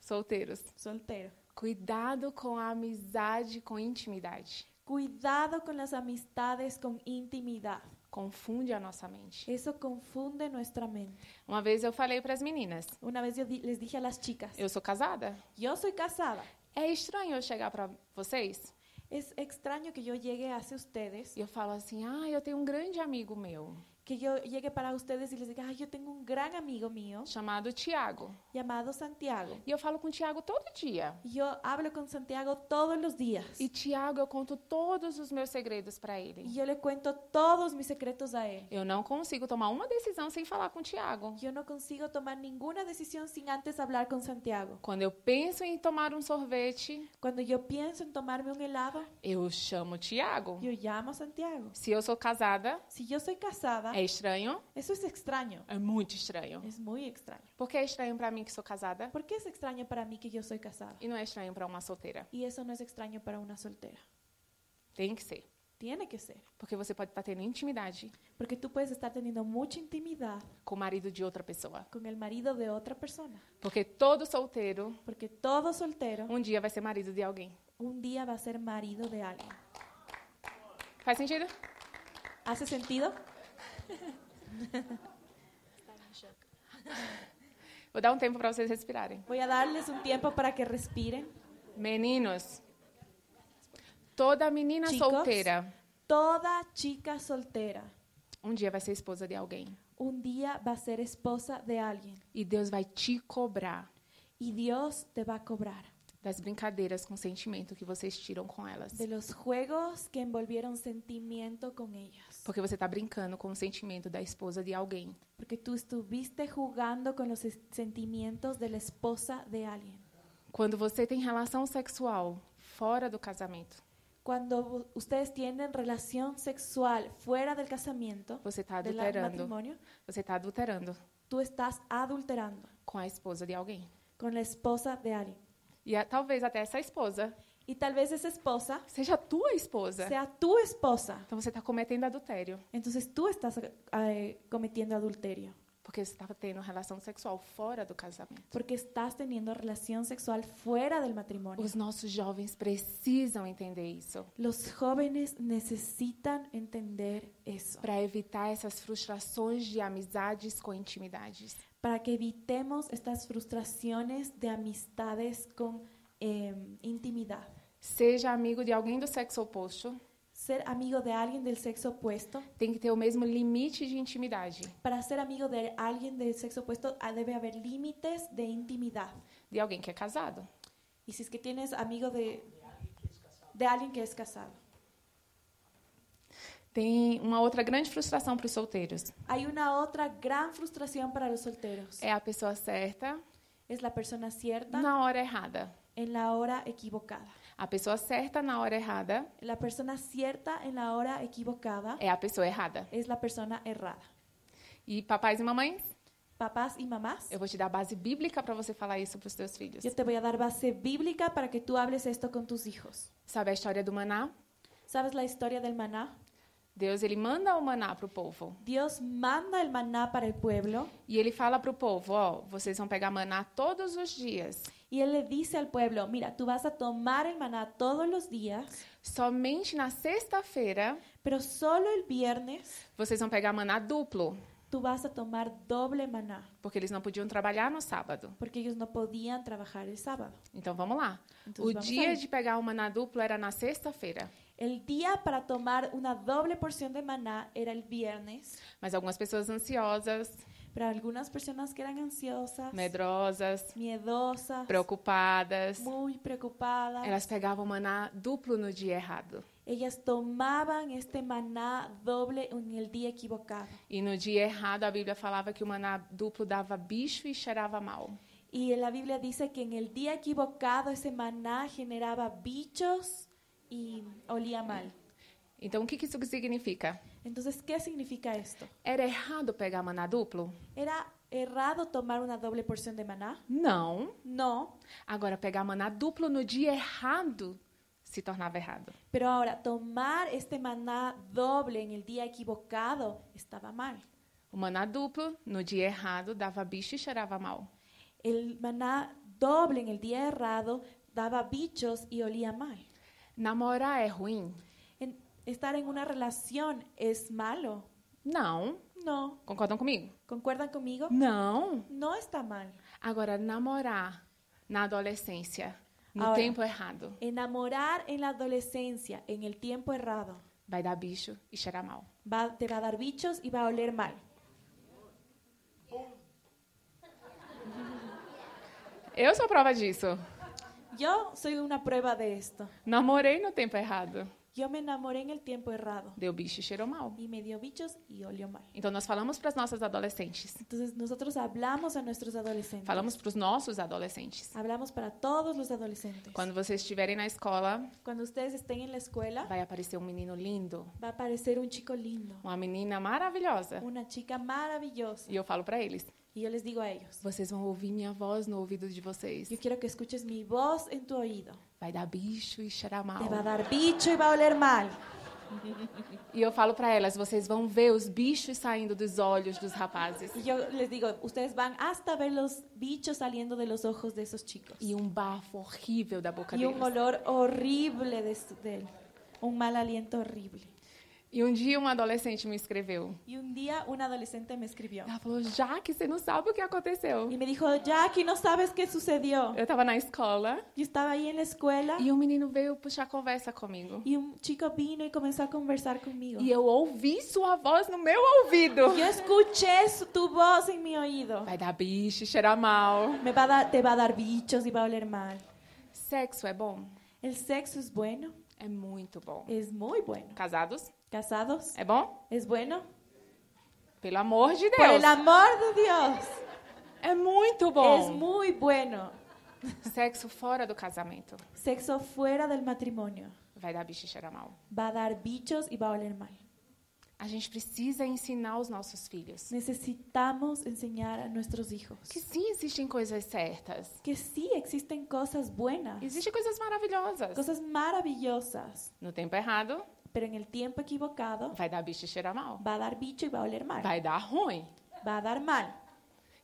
Solteiros. Soltero. Cuidado com a amizade com intimidade. Cuidado con las amistades con intimidad. Confunde a nossa mente. Eso confunde nuestra mente. Uma vez eu falei para as meninas: Una vez yo di- les dije a las chicas, Eu sou casada. yo soy casada. É estranho eu chegar para vocês Es extraño que yo llegue hacia ustedes, e eu falo assim: Ah, eu tenho um grande amigo meu que yo llegue para ustedes y les diga, "Ay, yo tengo un gran amigo mío chamado Tiago. llamado Santiago. E eu falo com o Tiago todo dia. Y Yo hablo con Santiago todos los días E Tiago, eu conto todos os meus segredos para y ele. yo le cuento todos mis secretos a él. Eu não consigo tomar uma decisão sem falar com o Tiago. Yo no consigo tomar ninguna decisión sin antes hablar con Santiago. Quando eu penso em tomar um sorvete, Cuando yo pienso en tomarme un helado, eu chamo o Tiago. yo llamo a Santiago. Se eu sou casada, Si yo soy casada, é estranho? eso es extraño. É muito estranho. Es muy extraño. Por que é estranho para mim que sou casada ¿Por qué es extraño para mí que yo soy casada? e não é estranho para uma solteira? Y eso no es extraño para una soltera. Tem que ser. Tiene que ser. Porque você pode estar tendo intimidade Porque tú puedes estar teniendo mucha intimidad com o marido de outra pessoa. con el marido de otra persona. Porque todo solteiro Porque todo soltero um dia vai ser marido de alguém. un día va a ser marido de alguien. Faz sentido? ¿Hace sentido? Vou dar um tempo para vocês respirarem. Voy a darles un tiempo para que respiren. Meninos, toda menina Chicos. solteira Toda chica soltera um dia vai ser esposa de alguém. un día va a ser esposa de alguien. E Deus vai te cobrar Y Dios te va a cobrar das brincadeiras com sentimento que vocês tiram com elas. de los juegos que envolvieron sentimiento con ellas. Porque você está brincando com o sentimento da esposa de alguém. Porque tú estuviste jugando con los es- sentimientos de la esposa de alguien. Quando você tem relação sexual fora do casamento, Cuando vo- ustedes tienen relación sexual fuera del casamiento, você Pues está del adulterando. matrimonio, Você está adulterando tú estás adulterando com a esposa de alguém. con la esposa de alguien. E a- talvez até essa esposa Y tal vez esa esposa seja a tua esposa. sea tu esposa. Então você está cometendo adultério. Entonces tú estás eh, cometiendo adulterio Porque você está tendo relação sexual fora do casamento. porque estás teniendo relación sexual fuera del matrimonio. Os nossos jovens precisam entender isso Los jóvenes necesitan entender eso para evitar essas frustrações de amizades com intimidades. para que evitemos estas frustraciones de amistades con eh, intimidad. Seja amigo de alguém do sexo oposto, ser amigo de alguien del sexo opuesto, Tem que ter o mesmo limite de intimidade, para ser amigo de alguien del sexo opuesto ah, debe haber límites de intimidad. de alguém que é casado. Y si es que tienes amigo de, de alguien que es casado. Tem uma outra grande frustração para os solteiros. Hay una otra gran frustración para los solteros. É a pessoa certa Es la persona cierta na hora errada. en la hora equivocada. A pessoa certa na hora errada La persona cierta en la hora equivocada é a pessoa errada. es la persona errada. E papais e mamães, Papás y mamás, eu vou te dar a base bíblica para você falar isso para os teus filhos. yo te voy a dar base bíblica para que tú hables esto con tus hijos. Sabe a história do maná? ¿Sabes la historia del maná? Deus ele manda o maná para o povo. Dios manda el maná para el pueblo E ele fala para o povo, ó, vocês vão pegar maná todos os dias. y él le dice al pueblo, mira, tú vas a tomar el maná todos los días, Somente na sexta-feira pero solo el viernes vocês vão pegar maná duplo, tú vas a tomar doble maná, porque eles não podiam trabalhar no sábado. porque ellos no podían trabajar el sábado. Então vamos lá. Então, O vamos dia aí. de pegar o maná duplo era na sexta-feira, El día para tomar una doble porción de maná era el viernes, mas algumas pessoas ansiosas, pero algunas personas que eran ansiosas, medrosas, miedosas, preocupadas, muy preocupadas, elas pegavam o maná duplo no dia errado. ellas tomaban este maná doble en el día equivocado. E no dia errado a Bíblia falava que o maná duplo dava bicho e cheirava mal. Y en la Biblia dice que en el día equivocado ese maná generaba bichos y olía mal. Então o que que isso significa? Entonces, ¿qué significa esto? Era errado pegar maná duplo? ¿Era errado tomar una doble porción de maná? Não. No, Agora, pegar maná duplo no dia errado se tornava errado. pero ahora tomar este maná doble en el día equivocado estaba mal. O maná duplo no dia errado dava bicho e cheirava mal. El maná doble en el día errado daba bichos y olía mal. Namorar é ruim? En- estar en una relación es malo. Não. No, Concordam comigo? ¿concuerdan conmigo? Não. No está mal. Agora, namorar na adolescência, no Agora. tempo errado, Enamorar en la adolescencia, en el tiempo errado, vai dar bicho e cheirar mal. va- te va a dar bichos y va a oler mal. Eu sou prova disso. Yo soy una prueba de esto. Namorei no tempo errado, Yo me enamoré en el tiempo errado deu bicho e cheirou mal. y me dio bichos y olió mal. Então, nós falamos para as nossas adolescentes. Entonces nosotros hablamos a nuestros adolescentes. Falamos para os nossos adolescentes. Hablamos para todos los adolescentes. Quando vocês estiverem na escola, Cuando ustedes estén en la escuela, vai aparecer um menino lindo, va a aparecer un chico lindo, uma menina maravilhosa. una chica maravillosa. E eu falo para eles: Y yo les digo a ellos, vocês vão ouvir minha voz no ouvido de vocês. yo quiero que escuches mi voz en tu oído. Vai dar bicho e cheirar mal. Te va a dar bicho y va a oler mal. E eu falo para elas: vocês vão ver os bichos saindo dos olhos dos rapazes. Y yo les digo, ustedes van hasta ver los bichos saliendo de los ojos de esos chicos. E um bafo horrível da boca Y un deles. olor horrible de, su- de él. Un mal aliento horrible. E um dia uma adolescente me escreveu. Y un día un adolescente me escribió Ela falou: Jaque, você não sabe o que aconteceu. y me dijo, Jackie, no sabes qué sucedió. Eu estava na escola Yo estaba ahí en la escuela e um menino veio puxar conversa comigo. y un chico vino y comenzó a conversar conmigo. E eu ouvi sua voz no meu ouvido. Yo escuché su- tu voz en mi oído. Vai dar bicho, e cheirar mal. Me va a dar- te va a dar bichos y va a oler mal. Sexo é bom? El sexo es bueno, É muito bom. es muy bueno. Casados? Casados, É bom? es bueno. Pelo amor de Por el Deus. amor de Dios. É muito Es bom. muy bueno. Sexo fora do casamento Sexo fuera del matrimonio vai dar bicho e cheirar mal. va a dar bichos y va a oler mal. A gente precisa ensinar os nossos filhos Necesitamos enseñar a nuestros hijos que sim existem coisas certas. que sí existen cosas buenas, Existem coisas maravilhosas. cosas maravillosas, No tempo errado, pero en el tiempo equivocado vai dar bicho e cheirar mal. va a dar bicho y va a oler mal, Vai dar ruim. va a dar mal.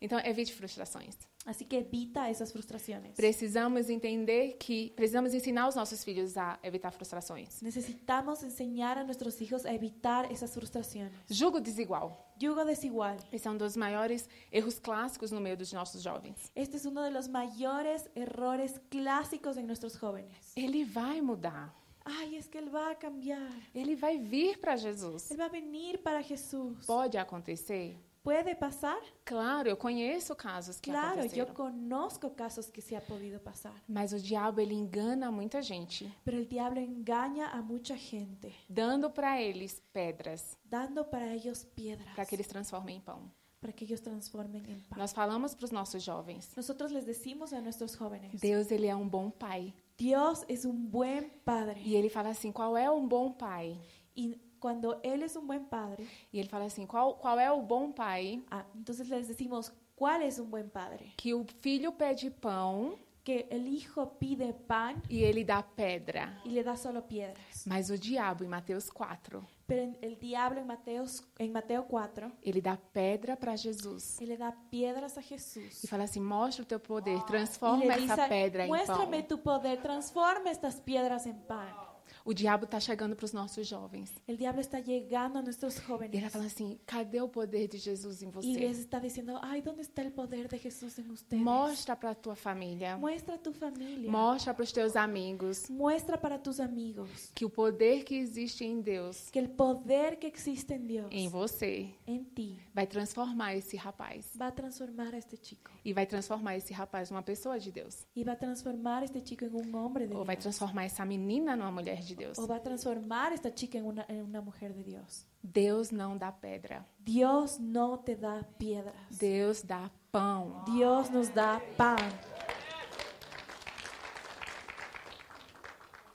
Então, evite frustrações. Así que evita esas frustraciones. Precisamos entender que precisamos ensinar os nossos filhos a evitar frustrações. Necesitamos enseñar a nuestros hijos a evitar esas frustraciones. Julgo desigual. Yugo desigual. Esse é um dos maiores erros clássicos no meio dos nossos jovens. Este es uno de los mayores errores clásicos en nuestros jóvenes. Ele vai mudar. Ay, es que Él va a cambiar. Ele vai vir para Jesus. Él va a venir para Jesús. Pode acontecer? ¿Puede pasar? Claro, eu conheço casos que Claro, yo aconteceram. conozco casos que se ha podido pasar. Mas o diabo ele engana muita gente, Pero el diablo engaña a mucha gente, dando para eles pedras dando para ellos piedras para que eles transformem em pão. para que ellos transformen en pan. Nós falamos para os nossos jovens. Nosotros les decimos a nuestros jóvenes, Deus ele é um bom pai Dios es un buen padre. e ele fala assim: qual é um bom pai? Y cuando Él es un buen padre, E ele fala assim: qual qual é o bom pai ah, entonces les decimos, ¿cuál es un buen padre? que o filho pede pão Que el hijo pide pan e ele dá pedra? y le da solo piedras. Mas o diabo em Mateus 4 Pero en- el diablo en, Mateos, en Mateo 4, ele dá pedra para Jesus él le da piedras a Jesús. e fala assim: mostra o teu poder, Y transforma le essa pedra dice, em pão. muéstrame tu poder, transforma estas piedras en pan. O diabo está chegando para os nossos jovens. El diablo está llegando a nuestros E ela jóvenes fala assim: cadê o poder de Jesus em y les você? está diciendo, ay, ¿dónde está el poder de Jesús en ustedes? Mostra para a tua família, Muestra a tu familia. mostra para os teus amigos Muestra para tus amigos que o poder que existe em Deus, que el poder que existe en Dios, em você, en ti, vai transformar esse rapaz. va a transformar a este chico. E vai transformar esse rapaz numa pessoa de Deus. Y va a transformar a este chico en un hombre de Ou vai Dios. transformar essa menina numa mulher de Deus. O va a transformar a esta chica en una, en una mujer de Dios. Deus não dá pedra. Dios no te da piedras. Deus dá pão. Dios nos da pan.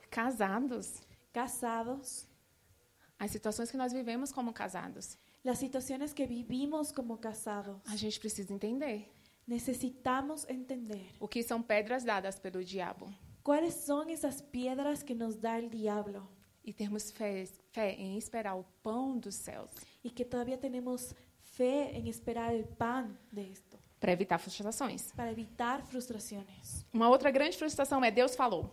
Casados, Casados, as situações que nós vivemos como casados, las situaciones que vivimos como casados, a gente precisa entender necesitamos entender o que são pedras dadas pelo diabo. cuáles son esas piedras que nos da el diablo e termos fé, fé em esperar o pão dos céus y que todavía tenemos fe en esperar el pan de esto. para evitar frustrações. para evitar frustraciones. Uma outra grande frustração é Deus falou.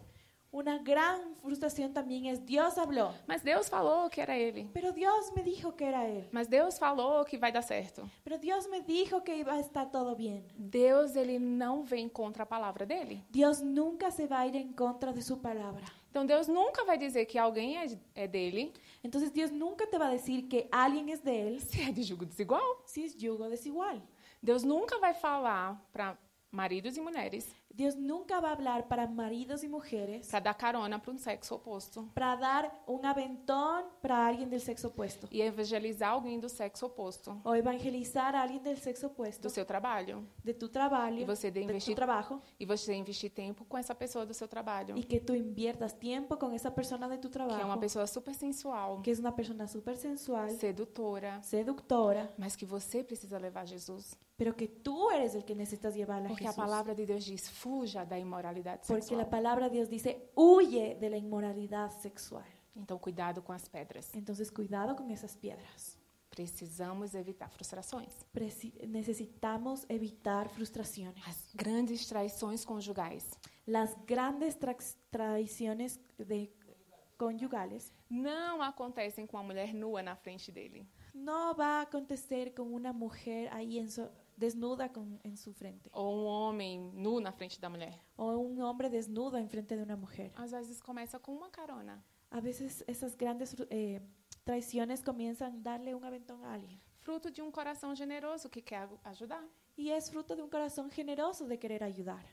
Una gran frustración también es Dios habló, Mas Deus falou que era ele. pero Dios me dijo que era Él, Mas Deus falou que vai dar certo. pero Dios me dijo que iba a estar todo bien. Deus ele não vem contra a palavra dele. Dios nunca se va a ir en contra de su palabra. Então Deus nunca vai dizer que alguém é, é dele Entonces Dios nunca te va a decir que alguien es de Él se é de jugo desigual. si es yugo desigual. Deus nunca vai falar para maridos e mulheres Dios nunca va a hablar para maridos y mujeres para dar carona para um sexo oposto para dar un aventón para alguien del sexo opuesto e evangelizar alguém do sexo oposto o evangelizar a alguien del sexo opuesto do seu trabalho. de tu trabajo, Y você de de tu investir- trabajo E você investir tempo com essa pessoa do seu trabalho. y que tú inviertas tiempo con esa persona de tu que é uma trabajo, pessoa super sensual, que es una persona súper sensual, sedutora, seductora, mas que você precisa levar Jesus. pero que tú eres el que necesitas llevarla a Porque a Jesús. palavra de Deus diz: fuja da imoralidade Porque Oh, sexual. la palabra de Dios dice, huye de la inmoralidad sexual. Então, cuidado com as pedras. Entonces, cuidado con esas piedras. Precisamos evitar frustrações. Preci- necesitamos evitar frustraciones. As grandes traições conjugais. Las grandes trax- traiciones de conyugales Não acontecem com a mulher nua na frente dele. no va a acontecer con una mujer ahí en su- desnuda con- en su frente Ou um homem nu na frente da mulher. o un hombre desnudo enfrente de una mujer. Às vezes começa com uma carona. A veces esas grandes fru- eh, traiciones comienzan a darle un aventón a alguien. Fruto de um coração generoso que quer aju- ajudar. Y es fruto de un corazón generoso de querer ayudar.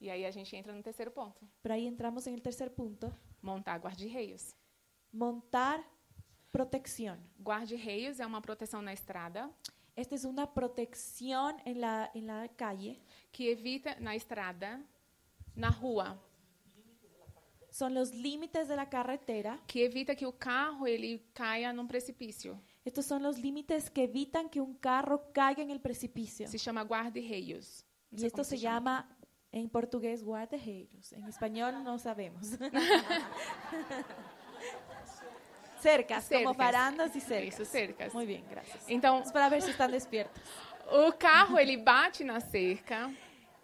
E aí a gente entra no terceiro ponto: Pero ahí entramos en el tercer punto, montar guarda-reios. montar protección. Guarda-reios é uma proteção na estrada Esta es una protección en la, en la calle. que evita na estrada, na rua, Son los límites de la carretera. que evita que o carro ele caia num precipício. Estos son los límites que evitan que un carro caiga en el precipicio. Se chama guarda-reios. Não Y sei esto como se chama. llama en portugués guardareiros. En español no sabemos. cercas, como Cercas. farandas y cercas. Isso, cercas. Muy bien, gracias. Então, Es para ver si están despiertos. o carro ele bate na cerca,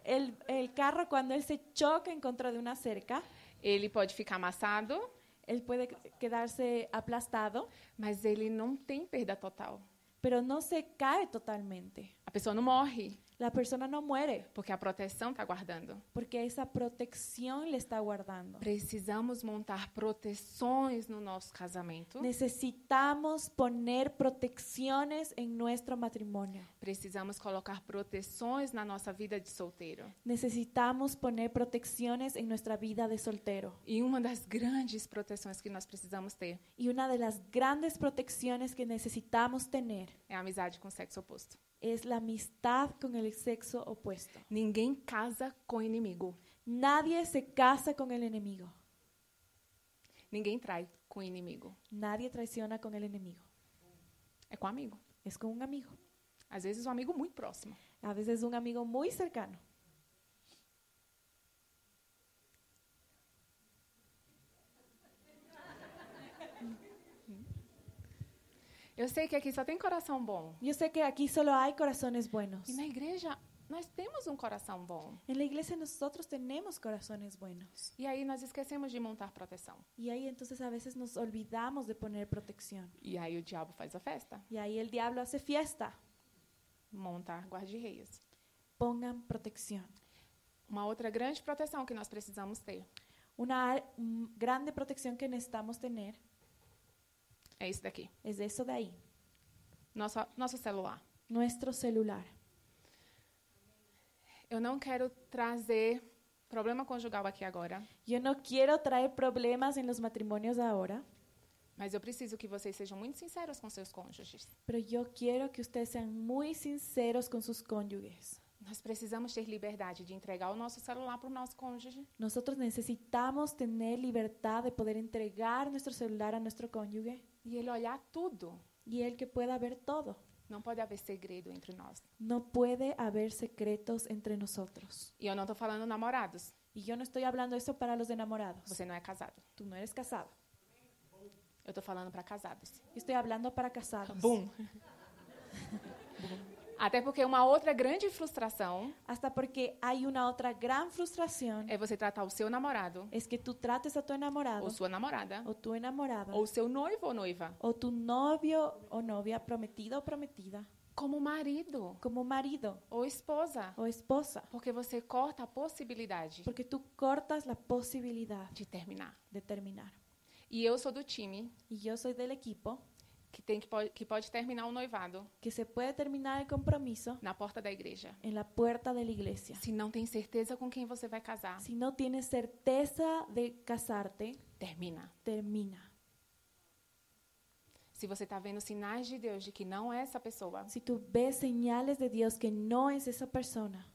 El, el carro cuando él se choca en contra de una cerca, ele pode ficar amassado, él puede quedarse aplastado, mas ele não tem perda total. pero no se cae totalmente. A pessoa não morre. La persona no muere porque a proteção está guardando. porque esa protección le está guardando. Precisamos montar proteções no nosso casamento. Necesitamos poner protecciones en nuestro matrimonio. Precisamos colocar proteções na nossa vida de solteiro. Necesitamos poner protecciones en nuestra vida de soltero. E uma das grandes proteções que nós precisamos ter Y una de las grandes protecciones que necesitamos tener é a amizade com o sexo oposto. es la amistad con el sexo opuesto. Ninguém casa com inimigo. Nadie se casa con el enemigo. Ninguém trai com inimigo. Nadie traiciona con el enemigo. É com amigo. Es con un amigo. Às vezes um amigo muito próximo. A veces un amigo muy cercano. Eu sei que aqui só tem coração bom. Yo sé que aquí solo hay corazones buenos. E na igreja nós temos um coração bom. En la iglesia nosotros tenemos corazones buenos. E aí nós esquecemos de montar proteção. Y ahí entonces a veces nos olvidamos de poner protección. E aí o diabo faz a festa. Y ahí el diablo hace fiesta. Montar guarda-reias. Pongan protección. Uma outra grande proteção que nós precisamos ter Una ar- mm, grande protección que necesitamos tener é isso daqui. es de eso de ahí, Nosso, nosso celular. nuestro celular. Eu não quero trazer problema conjugal aqui agora, Yo no quiero traer problemas en los matrimonios ahora, mas eu preciso que vocês sejam muito sinceros com seus cônjuges. pero yo quiero que ustedes sean muy sinceros con sus cónyuges. Nós precisamos ter liberdade de entregar o nosso celular para o nosso cônjuge Nosotros necesitamos tener libertad de poder entregar nuestro celular a nuestro cónyuge e ele olhar tudo. y él que pueda ver todo. Não pode haver segredo entre nós. No puede haber secretos entre nosotros. E eu não estou falando namorados. Y yo no estoy hablando eso para los enamorados. Você não é casado. Tú no eres casado. Eu estou falando para casados. Yo estoy hablando para casados. Bum. Até porque uma outra grande frustração Hasta porque hay una otra gran frustración. é você tratar o seu namorado, Es que tú trates a tu enamorado ou sua namorada, o tu enamorada ou seu noivo ou noiva, o tu novio o novia prometido o prometida como marido como marido ou esposa. o esposa. Porque você corta a possibilidade Porque tú cortas la posibilidad de terminar. de terminar. E eu sou do time Y yo soy del equipo que, tem que, pode, que pode terminar o noivado que se puede terminar el compromiso na porta da igreja. en la puerta de la iglesia. Se não tem certeza com quem você vai casar, Si no tienes certeza de casarte, termina. termina. Se você está vendo sinais de Deus de que não é essa pessoa, Si tú ves señales de Dios que no es esa persona,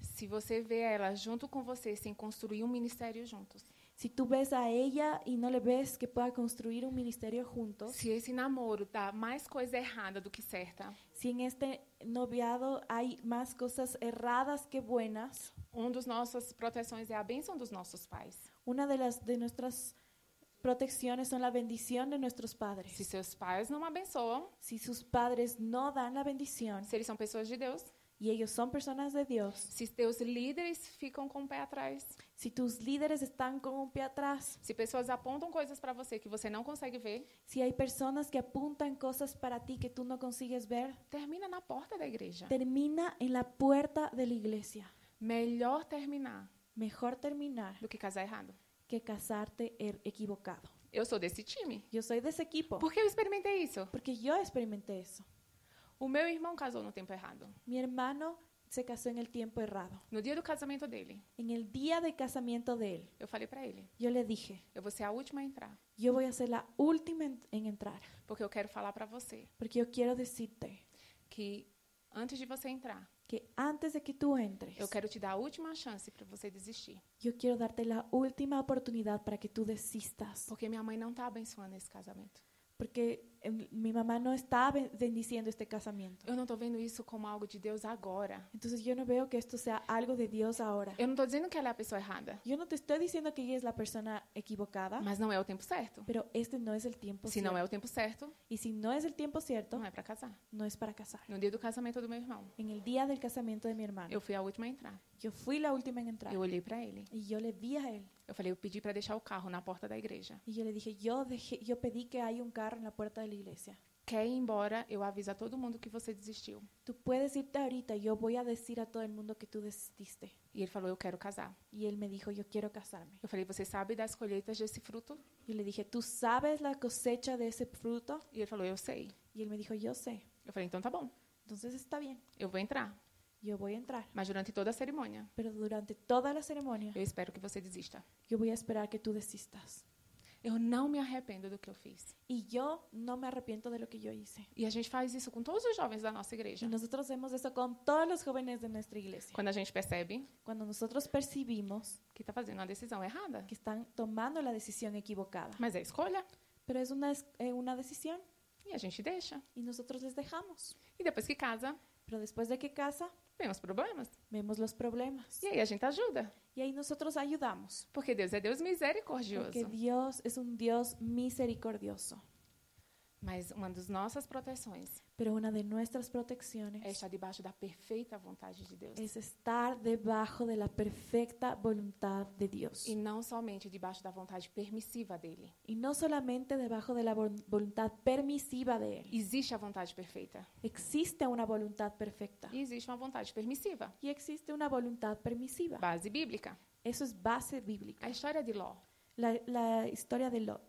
se você vê ela junto com você sem construir um ministério juntos, si tú ves a ella y no le ves que pueda construir un ministerio juntos, Se esse namoro dá mais coisa errada do que certa, si en este noviado hay más cosas erradas que buenas, um dos nossas proteções é a bênção dos nossos pais. una de las de nuestras protecciones son la bendición de nuestros Se padres. seus pais não abençoam, Si sus padres no dan la bendición se eles são pessoas de Deus, y ellos son personas de Dios, se teus líderes ficam com o pé atrás, si tus líderes están con un pie atrás, se pessoas apontam coisas para você que você não consegue ver, si hay personas que apuntan cosas para ti que tú no consigues ver, termina na porta da igreja. termina en la puerta de la iglesia. Melhor terminar Mejor terminar do que casar errado. que casarte er- equivocado. Eu sou desse time. Yo soy de ese equipo Por que eu experimentei isso? porque yo experimenté eso. O meu irmão casou no tempo errado. Mi hermano se casó en el tiempo errado. No dia do casamento dele, En el día de casamiento de él, eu falei para ele: yo le dije, eu vou ser a última a entrar, yo voy a ser la última en, en entrar, porque eu quero falar para você porque yo quiero decirte que antes de você entrar, que antes de que tú entres, eu quero te dar a última chance para você desistir, yo quiero darte la última oportunidad para que tú desistas, porque minha mãe não está abençoando esse casamento. porque eh, mi mamá no está ben- bendiciendo este casamiento. Eu não estou vendo isso como algo de Deus agora. Entonces yo no veo que esto sea algo de Dios ahora. Eu não estou dizendo que ela é a pessoa errada, Yo no te estoy diciendo que ella es la persona equivocada, mas não é o tempo certo. pero este no es el tiempo Se não é cierto. o tempo certo, Y si no es el tiempo cierto, não é para casar. no es para casar. No dia do casamento do meu irmão, En el día del casamiento de mi hermano, eu fui a última a entrar. yo fui la última en entrar. Eu olhei para ele. Y yo le di a él, Eu falei, eu pedi para deixar o carro na porta da igreja. y yo le dije, yo, dejé, yo pedí que haya un carro en la puerta de la iglesia. quer ir embora, eu aviso a todo mundo que você desistiu. Tú puedes irte ahorita, yo voy a decir a todo el mundo que tú desististe. E ele falou, eu quero casar. Y él me dijo, yo quiero casarme. Eu falei, você sabe das colheitas desse fruto? Y le dije, ¿tú sabes la cosecha de ese fruto? E ele falou, eu sei. Y él me dijo, yo sé. Eu falei, então tá bom, Entonces está bien, eu vou entrar. yo voy a entrar. Mas durante toda a cerimônia, Pero durante toda la ceremonia, eu espero que você desista. yo voy a esperar que tú desistas. Eu não me arrependo do que eu fiz. Y yo no me arrepiento de lo que yo hice. E a gente faz isso com todos os jovens da nossa Y igreja. nosotros hacemos eso con todos los jóvenes de nuestra iglesia. Quando a gente percebe Cuando nosotros percibimos que está fazendo uma decisão errada. que tá. están tomando la decisión equivocada. Mas é escolha Pero es una, es- eh, una decisión e a gente deixa. y nosotros les dejamos. E depois que casa, Pero después de que casa, vem os problemas. vemos los problemas. E aí a gente ajuda. Y ahí nosotros ayudamos. Porque Deus é Deus misericordioso. Porque Dios es un Dios misericordioso. Mas uma das nossas proteções Pero una de nuestras é protecciones estar debaixo da perfeita vontade de Deus. es estar debajo de la perfecta voluntad de Dios. E não somente debaixo da vontade permissiva dele. Y no solamente debajo de la vol- voluntad permisiva de Él. Existe a vontade perfeita. Existe una voluntad perfecta. E existe uma vontade permissiva. Y existe una voluntad permisiva. Base bíblica. Eso es base bíblica. A história de Ló. La, la historia de Lot.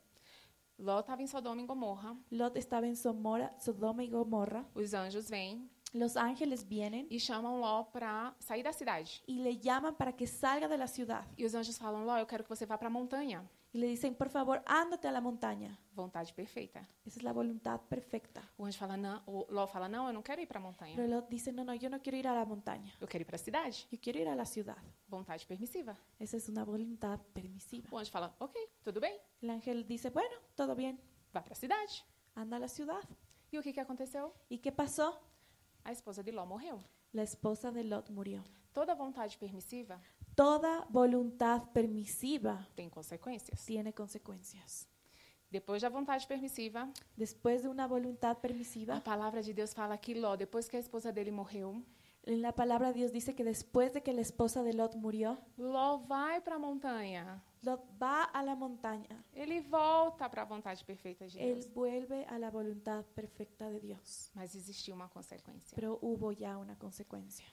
Ló estava em Sodoma e Gomorra. Lot estaba en Somora, Sodoma y Gomorra. Os anjos vêm Los ángeles vienen e chamam Ló para sair da cidade. y le llaman para que salga de la ciudad. E os anjos falam: Ló, eu quero que você vá para a montanha. Y le dicen, por favor, ándate a la montaña. Vontade perfeita. Esa es la voluntad perfecta. O anjo fala: Não. O Ló fala: Não, eu não quero ir para a montanha. Pero Lot dice, no, no, yo no quiero ir a la montaña. Eu quero ir para a cidade. Yo quiero ir a la ciudad. Vontade permissiva. Esa es una voluntad permisiva. O anjo fala: Ok, tudo bem. El ángel dice, bueno, todo bien, Vá para a cidade. anda a la ciudad. E o que, que aconteceu? ¿Y qué pasó? A esposa de Ló morreu. La esposa de Lot murió. Toda vontade permissiva Toda voluntad permisiva tem consequências. tiene consecuencias. Depois da vontade permissiva, Después de una voluntad a permisiva, palavra de Deus fala que Ló, depois que a esposa dele morreu, en la palabra de Dios dice que después de que la esposa de Lot murió, Ló vai para a montanha. Lot va a la montaña. Ele volta para a vontade perfeita de Deus. Él vuelve a la voluntad perfecta de Dios. Mas existiu uma consequência. Pero hubo ya una consecuencia.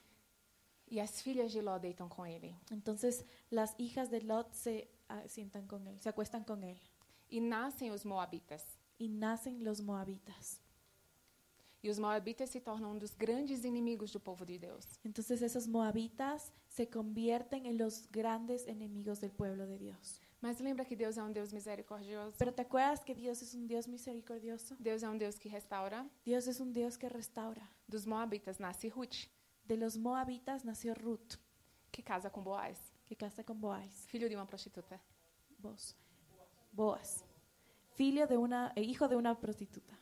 E as filhas de Ló deitam com ele. Entonces las hijas de Lot se ah, sientan con él, se acuestan con él. E nascem os Moabitas. Y nacen los moabitas. E os Moabitas se tornam um dos grandes inimigos do povo de Deus. Entonces esos moabitas se convierten en los grandes enemigos del pueblo de Dios. Mas lembra que Deus é um Deus misericordioso. Pero te acuerdas que Dios es un Dios misericordioso. Deus é um Deus que restaura. Dios es un Dios que restaura. Dos Moabitas nasce Ruth, De los moabitas nació Ruth, que casa com Boaz, que casa con Boaz, filho de uma prostituta. Boaz, Boaz filho de una, eh, hijo de una prostituta.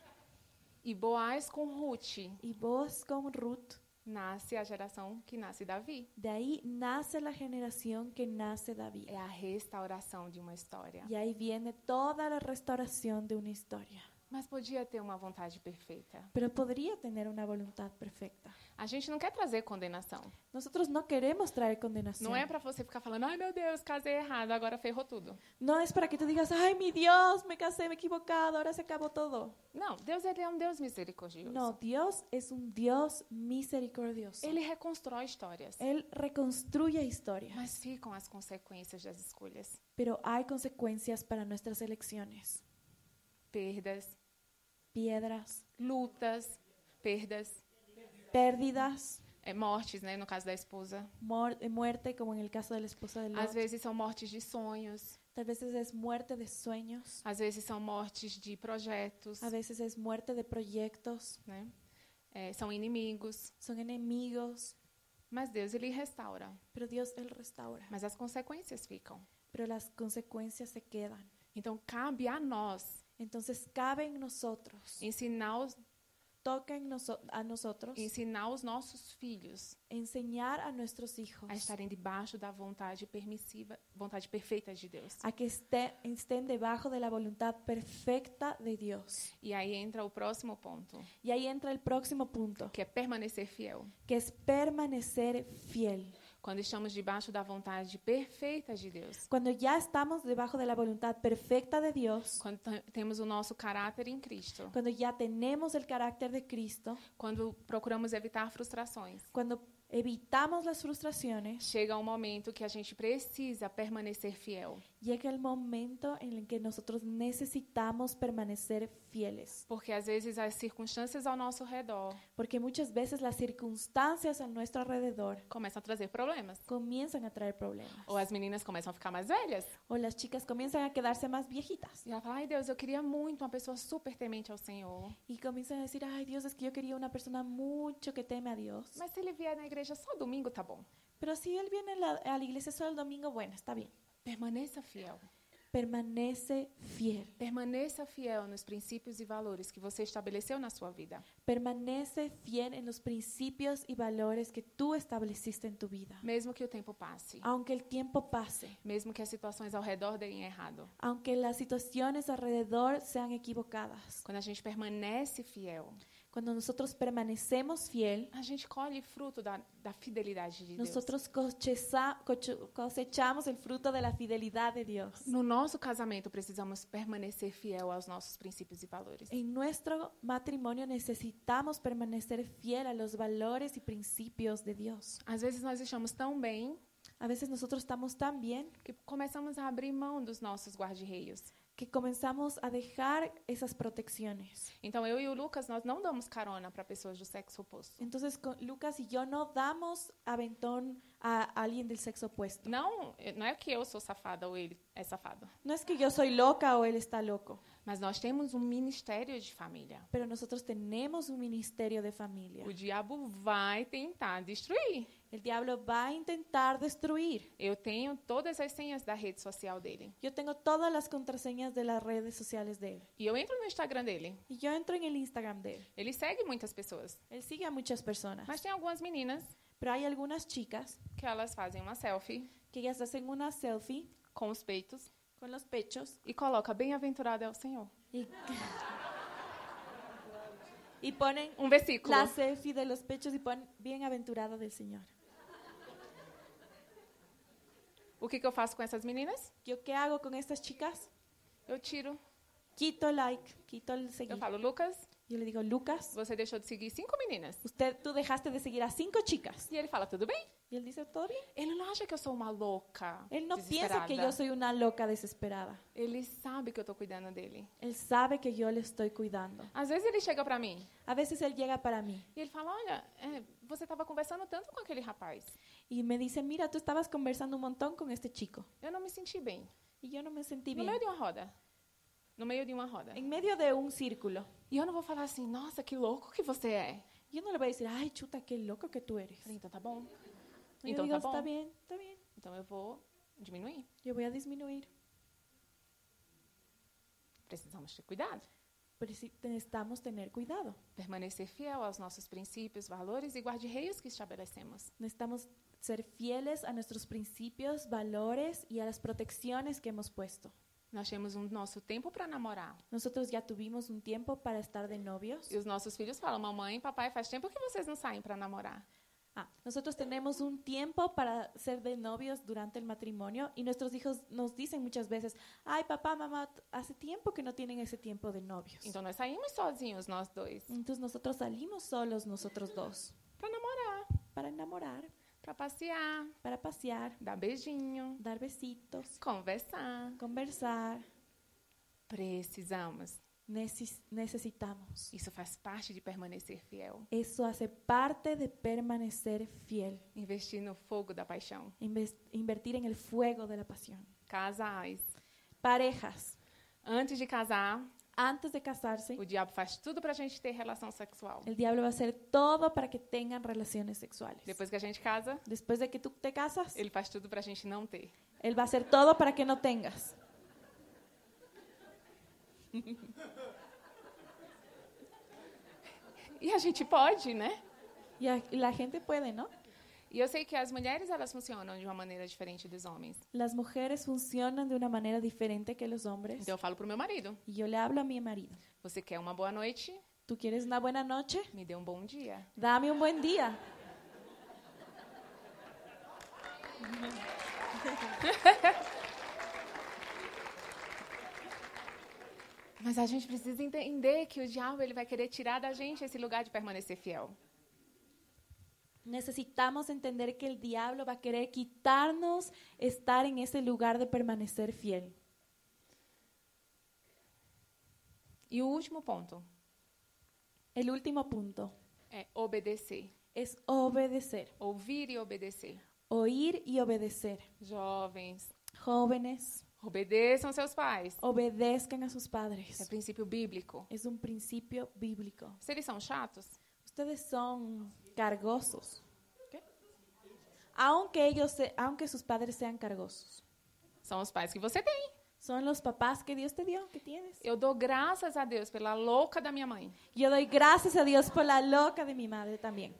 E Boaz com Ruth Y Boaz con Ruth, nasce a geração que nasce Davi. de ahí nace la generación que nace David. É a restauração de uma história. Y ahí viene toda la restauración de una historia. Mas podia ter uma vontade perfeita. Pero podría tener una voluntad perfecta. A gente não quer trazer condenação. Nosotros no queremos traer condenación. Não é pra você ficar falando, ai meu Deus, casei errado, agora ferrou tudo. No es para que tú digas, ay, mi Dios, me casé, me he equivocado, ahora se acabó todo. Não, Deus ele é um Deus misericordioso. No, Dios es un Dios misericordioso. Ele reconstrói histórias, Él reconstruye historias, mas ficam as consequências das escolhas, pero hay consecuencias para nuestras elecciones. perdas, Piedras, lutas, perdas, pérdidas, é, mortes, né, no caso da esposa. mor- eh, muerte, como en el caso de la esposa de Lot. Às vezes são mortes de sonhos, Tal vez es muerte de sueños, às vezes são mortes de projetos, a veces es muerte de proyectos, né? É, são inimigos, son enemigos, mas Deus ele restaura, pero Dios Él restaura. mas as consequências ficam. Pero las consecuencias se quedan. Então cabe a nós Entonces cabe en nosotros. ensinar os, toca en noso- a nosotros ensinar os nossos filhos enseñar a nuestros hijos a estarem debaixo da vontade permissiva, vontade perfeita de Deus. a que esté- estén debajo de la voluntad perfecta de Dios. E aí entra o próximo ponto, Y ahí entra el próximo punto, que é permanecer fiel. que es permanecer fiel. Quando estamos debaixo da vontade perfeita de Deus. Cuando ya estamos debajo de la voluntad perfecta de Dios, Quando t- temos o nosso caráter em Cristo. cuando ya tenemos el carácter de Cristo, Quando procuramos evitar frustrações. cuando evitamos las frustraciones, Chega um momento que a gente precisa permanecer fiel. llega el momento en el que nosotros necesitamos permanecer fieles, Porque às vezes as circunstâncias ao nosso redor porque muchas veces las circunstancias a nuestro alrededor começam a trazer problemas. comienzan a traer problemas, Ou as meninas começam a ficar mais velhas. o las chicas comienzan a quedarse más viejitas E ela fala, ai Deus, eu queria muito uma pessoa super temente ao Senhor. y comienzan a decir, ay Dios, es que yo quería una persona mucho que teme a Dios, Mas se ele vier na igreja só domingo, tá bom. pero si él viene a la, a la iglesia solo el domingo, bueno, está bien, Permaneça fiel. permanece fiel. Permaneça fiel nos princípios e valores que você estabeleceu na sua vida. Permanece fiel en los principios y valores que tú estableciste en tu vida. Mesmo que o tempo passe. Aunque el tiempo pase, Mesmo que as situações ao redor deem errado. aunque las situaciones alrededor sean equivocadas, Quando a gente permanece fiel, cuando nosotros permanecemos fiel, a gente colhe fruto da, da fidelidade de Deus. nosotros cocheza- coche- cosechamos el fruto de la fidelidad de Dios. No nosso casamento, precisamos permanecer fiel aos nossos princípios e valores. En nuestro matrimonio necesitamos permanecer fiel a los valores y principios de Dios. Às vezes nós estamos tão bem A veces nosotros estamos tan bien que começamos a abrir mão dos nossos guarda-reios. que comenzamos a dejar esas protecciones. Então eu e o Lucas nós não damos carona para pessoas do sexo oposto. Entonces co- Lucas y yo no damos aventón a alguien del sexo opuesto. Não, não é que eu sou safada ou ele é safado, No es que yo soy loca o él está loco, mas nós temos um ministério de família. pero nosotros tenemos un ministerio de familia. O diabo vai tentar destruir. El diablo va a intentar destruir. Eu tenho todas as senhas da rede social dele. Yo tengo todas las contraseñas de las redes sociales de él. E eu entro no Instagram dele. Y yo entro en el Instagram de él. Ele segue muitas pessoas. Él sigue a muchas personas, Mas tem algumas meninas pero hay algunas chicas que elas fazem uma selfie que ellas hacen una selfie com os peitos con los pechos e coloca bem-aventurado é o Senhor. y, y ponen Um versículo. la selfie de los pechos y ponen bienaventurada del Señor. O que, que eu faço com essas meninas? ¿Yo qué hago con estas chicas? Eu tiro. Quito el like, quito el seguir. Eu falo, Lucas, Yo le digo, Lucas, você deixou de seguir cinco meninas. usted, tú dejaste de seguir a cinco chicas. E ele fala, tudo bem? Y él dice, todo bien. Ele não acha que eu sou uma louca. Él no piensa que desesperada. yo soy una loca desesperada. Ele sabe que eu tô cuidando dele. Él sabe que yo le estoy cuidando. Às vezes ele chega pra mí A veces él llega para mí e ele fala, olha, é, você tava conversando tanto com aquele rapaz. y me dice, mira, tú estabas conversando un montón con este chico. Eu não me senti bem. Y yo no me sentí No bien. meio de uma roda. No meio de uma roda. En medio de un círculo. E eu não vou falar assim, nossa, que louco que você é. Yo no le voy a decir, ay, chuta, qué loco que tú eres. Falei, então tá bom. Yo Então digo, tá está bom. bien, está bien. Então eu vou diminuir. Yo voy a disminuir. Precisamos ter cuidado. Pero sí necesitamos tener cuidado. Permanecer fiel aos nossos princípios, valores e guarda-reios que estabelecemos. Necesitamos ser fieles a nuestros principios, valores y a las protecciones que hemos puesto. Nós temos o nosso tempo para namorar. Nosotros ya tuvimos un tiempo para estar de novios. E os nossos filhos falam: Mamãe, papai, faz tempo que vocês não saem para namorar. Ah, nosotros tenemos un tiempo para ser de novios durante el matrimonio y nuestros hijos nos dicen muchas veces, ay papá, mamá, t- hace tiempo que no tienen ese tiempo de novios. Então nós saímos sozinhos, nós dois, Entonces nosotros salimos solos nosotros dos para namorar, para enamorar, para passear, para pasear, dar beijinho, dar besitos, conversar. conversar. Precisamos. Neces- necesitamos. Isso faz parte de permanecer fiel. Eso hace parte de permanecer fiel, Investir no fogo da paixão. inves- invertir en el fuego de la pasión. Casais. Parejas, Antes de casar, antes de casarse, o diabo faz tudo para a gente ter relação sexual. el diablo va a hacer todo para que tengan relaciones sexuales. Depois que a gente casa, Después de que tú te casas, ele faz tudo para a gente não ter. él va a hacer todo para que no tengas. E a gente pode, né? Y a- y la gente puede, ¿no? E eu sei que as mulheres elas funcionam de uma maneira diferente dos homens. Las mujeres funcionan de una manera diferente que los hombres. Então eu falo pro meu marido: Y yo le hablo a mi marido, Você quer uma boa noite? ¿tú quieres una buena noche? Me dê um bom dia. Dame un buen día. Mas a gente precisa entender que o diabo ele vai querer tirar da gente esse lugar de permanecer fiel. Necesitamos entender que el diablo va a querer quitarnos estar en ese lugar de permanecer fiel. E o último ponto El último punto é obedecer. es obedecer, Ouvir e obedecer. oír y obedecer. Jovens, Jóvenes, obedeçam seus pais. obedezcan a sus Isso é padres. princípio bíblico. Es un principio bíblico. Se eles são chatos, Ustedes son cargosos. Aunque ellos, se- aunque sus padres sean cargosos, são os pais que você tem. son los papás que Dios te dio, que tienes. Eu dou graças a Deus pela louca da minha mãe. Yo doy gracias a Dios por la loca de mi madre también.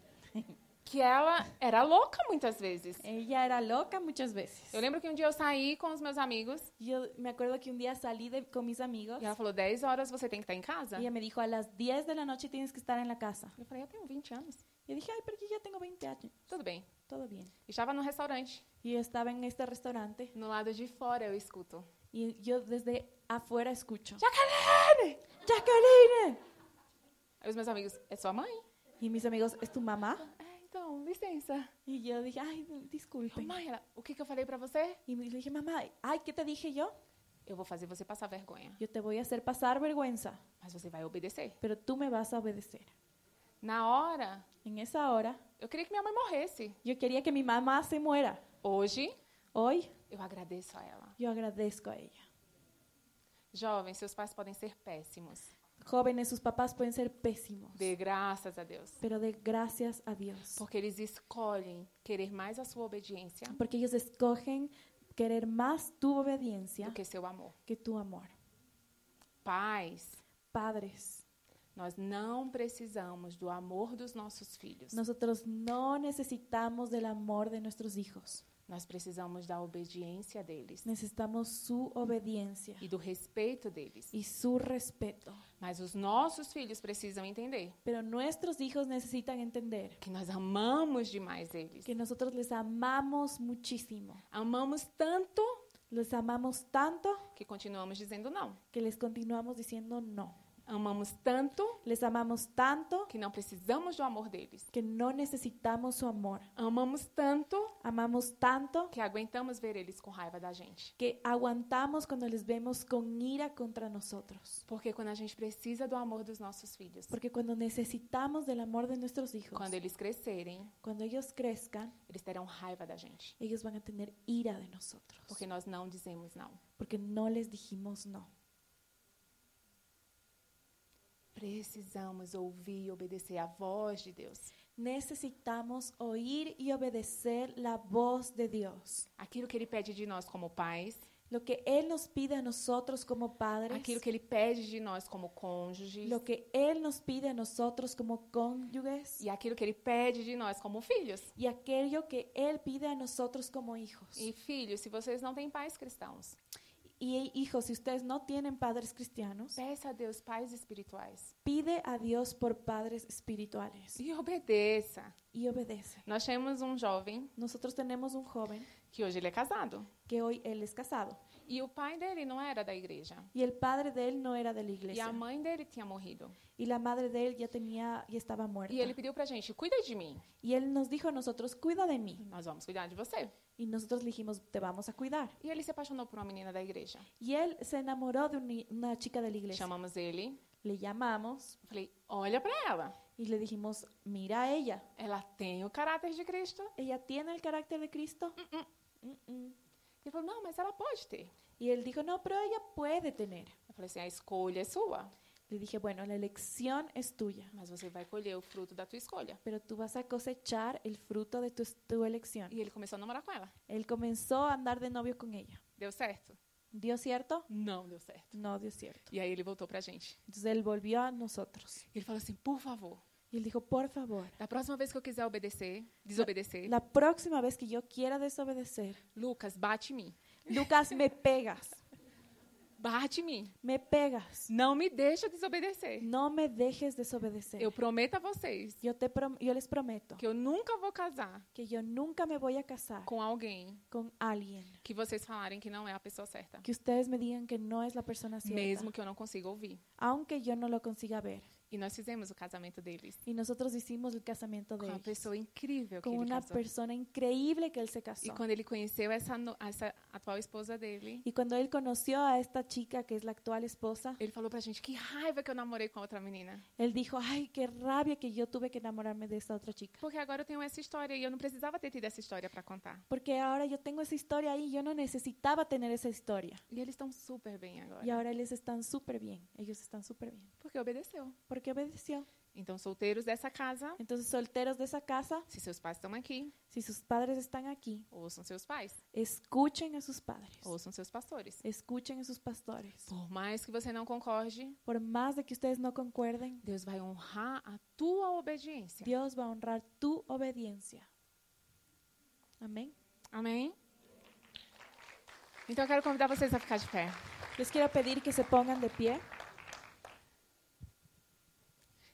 Que ela era louca muitas vezes. Ella era loca muchas veces. Eu lembro que um dia eu saí com os meus amigos Yo me acuerdo que un día salí de- con mis amigos e ela falou: 10 horas você tem que estar em y casa. ella me dijo, a las 10 de la noche tienes que estar en la casa. Eu falei: eu tenho 20 anos. Yo dije, ay, porque ya tengo 20 años, Tudo bem. todo bien. Estava no restaurante. Y yo estaba en este restaurante No lado de fora eu escuto: y yo desde afuera escucho, Jacqueline! ¡Jacqueline! Aí os meus amigos: é sua mãe? Y mis amigos, ¿es tu mamá? Ah, então, licença. Y yo dije, ay, Eu, disculpe. mãe, ela, o que, que eu falei pra você? Y me- le dije, mamá, ay, ¿qué te dije yo? Eu vou fazer você passar vergonha, Yo te voy a hacer pasar vergüenza, mas você vai obedecer. pero tú me vas a obedecer. Na hora, En esa hora, eu queria que minha mãe morresse. yo quería que mi mamá se muera. Hoje, Hoy, eu agradeço a ela. yo agradezco a ella. Jovens, seus pais podem ser péssimos. Jóvenes, sus papás pueden ser pésimos, Dê graças a Deus. pero de gracias a Dios. Porque eles escolhem querer mais a sua obediência Porque ellos escogen querer más tu obediencia do que seu amor. que tu amor. Pais, Padres, nós não precisamos do amor dos nossos filhos. nosotros no necesitamos del amor de nuestros hijos. Nós precisamos da obediência deles Necesitamos su obediencia e do respeito deles. y su respeto. Mas os nossos filhos precisam entender Pero nuestros hijos necesitan entender que nós amamos demais eles. que nosotros les amamos muchísimo. Amamos tanto Les amamos tanto que continuamos dizendo não. que les continuamos diciendo no. Amamos tanto Les amamos tanto que não precisamos do amor deles. que no necesitamos su amor. Amamos tanto Amamos tanto que aguentamos ver eles com raiva da gente. que aguantamos cuando les vemos con ira contra nosotros. Porque quando a gente precisa do amor dos nossos filhos, Porque cuando necesitamos del amor de nuestros hijos, quando eles crescerem, cuando ellos crezcan, eles terão raiva da gente. ellos van a tener ira de nosotros. Porque nós não dizemos não. Porque no les dijimos no. Precisamos ouvir e obedecer a voz de Deus. Necesitamos oír y obedecer la voz de Dios. Aquilo que Ele pede de nós como pais, Lo que Él nos pide a nosotros como padres, aquilo que Ele pede de nós como cônjuges, lo que Él nos pide a nosotros como cónyuges e aquilo que Ele pede de nós como filhos. y aquello que Él pide a nosotros como hijos. E filhos, se vocês não têm pais cristãos, Y hijos, si ustedes no tienen padres cristianos, peça a Deus pais espirituais pide a Dios por padres espirituales e obedeça. y obedece. Nós temos um jovem Nosotros tenemos un joven que hoje ele é casado que hoy él es casado e o pai dele não era da igreja y el padre de él no era de la e a iglesia mãe dele tinha morrido. y la madre de él ya tenía y estaba muerta. E ele pediu pra gente, cuida de mim, Y él nos dijo a nosotros, cuida de mí. nós vamos cuidar de você. Y nosotros le dijimos, te vamos a cuidar. E ele se apaixonou por uma menina da igreja. Y él se enamoró de uni- una chica de la iglesia. Chamamos ele, Le llamamos falei, olha pra ela, y le dijimos, mira a ella. ela tem o caráter de Cristo. ¿Ella tiene el carácter de Cristo? Mm-mm. Ele falou, não, mas ela pode ter. Y él dijo, no, pero ella puede tener. Eu falei assim, a escolha é sua, Le dije, bueno, la elección es tuya, mas você vai colher o fruto da tua escolha. pero tú vas a cosechar el fruto de tu, tu elección. E ele começou a namorar com ela. Él comenzó a andar de novio con ella. Deu certo? ¿Dio cierto? Não deu certo. No dio cierto. E aí ele voltou pra gente. Entonces él volvió a nosotros. Ele falou assim, por favor, Y él dijo, por favor, da próxima vez que eu quiser obedecer, desobedecer, la próxima vez que yo quiera desobedecer, Lucas, bate em mim. Lucas, me pegas. Barra de mim. Me pegas. Não me deixa desobedecer. No me dejes desobedecer. Eu prometo a vocês Yo, te prom- yo les prometo que eu nunca vou casar que yo nunca me voy a casar com alguém con alguien que vocês falarem que não é a pessoa certa, que é ustedes me digan que no es la persona cierta, mesmo que eu não consiga ouvir. aunque yo no lo consiga ver. E nós fizemos o casamento deles Y nosotros hicimos el casamiento com de uma él pessoa incrível que con ele una casou. persona increíble que él se E casó. quando ele conheceu essa, no- essa atual esposa dele, Y cuando él conoció a esta chica que es la actual esposa, ele falou pra gente que raiva que eu namorei com a outra menina. él dijo, ay, qué rabia que yo tuve que enamorarme de esta otra chica. Porque agora eu tenho essa história e eu não precisava ter tido essa história pra contar. Porque ahora yo tengo esa historia ahí, yo no necesitaba tener esa historia. E eles estão super bem agora. Y ahora ellos están súper bien, ellos están súper bien. Porque obedeceu. Porque obedeció. Então, solteiros dessa casa, Entonces, solteros de esa casa, se seus pais estão aqui, si sus padres están aquí, ouçam seus pais, escuchen a sus padres, ouçam seus pastores. escuchen a sus pastores. Por mais que você não concorde, Por más de que ustedes no concuerden, Deus vai honrar a tua obediência. Dios va a honrar tu obediencia. Amén. Amém? Então eu quero convidar vocês a ficar de pé. Les quiero pedir que se pongan de pie,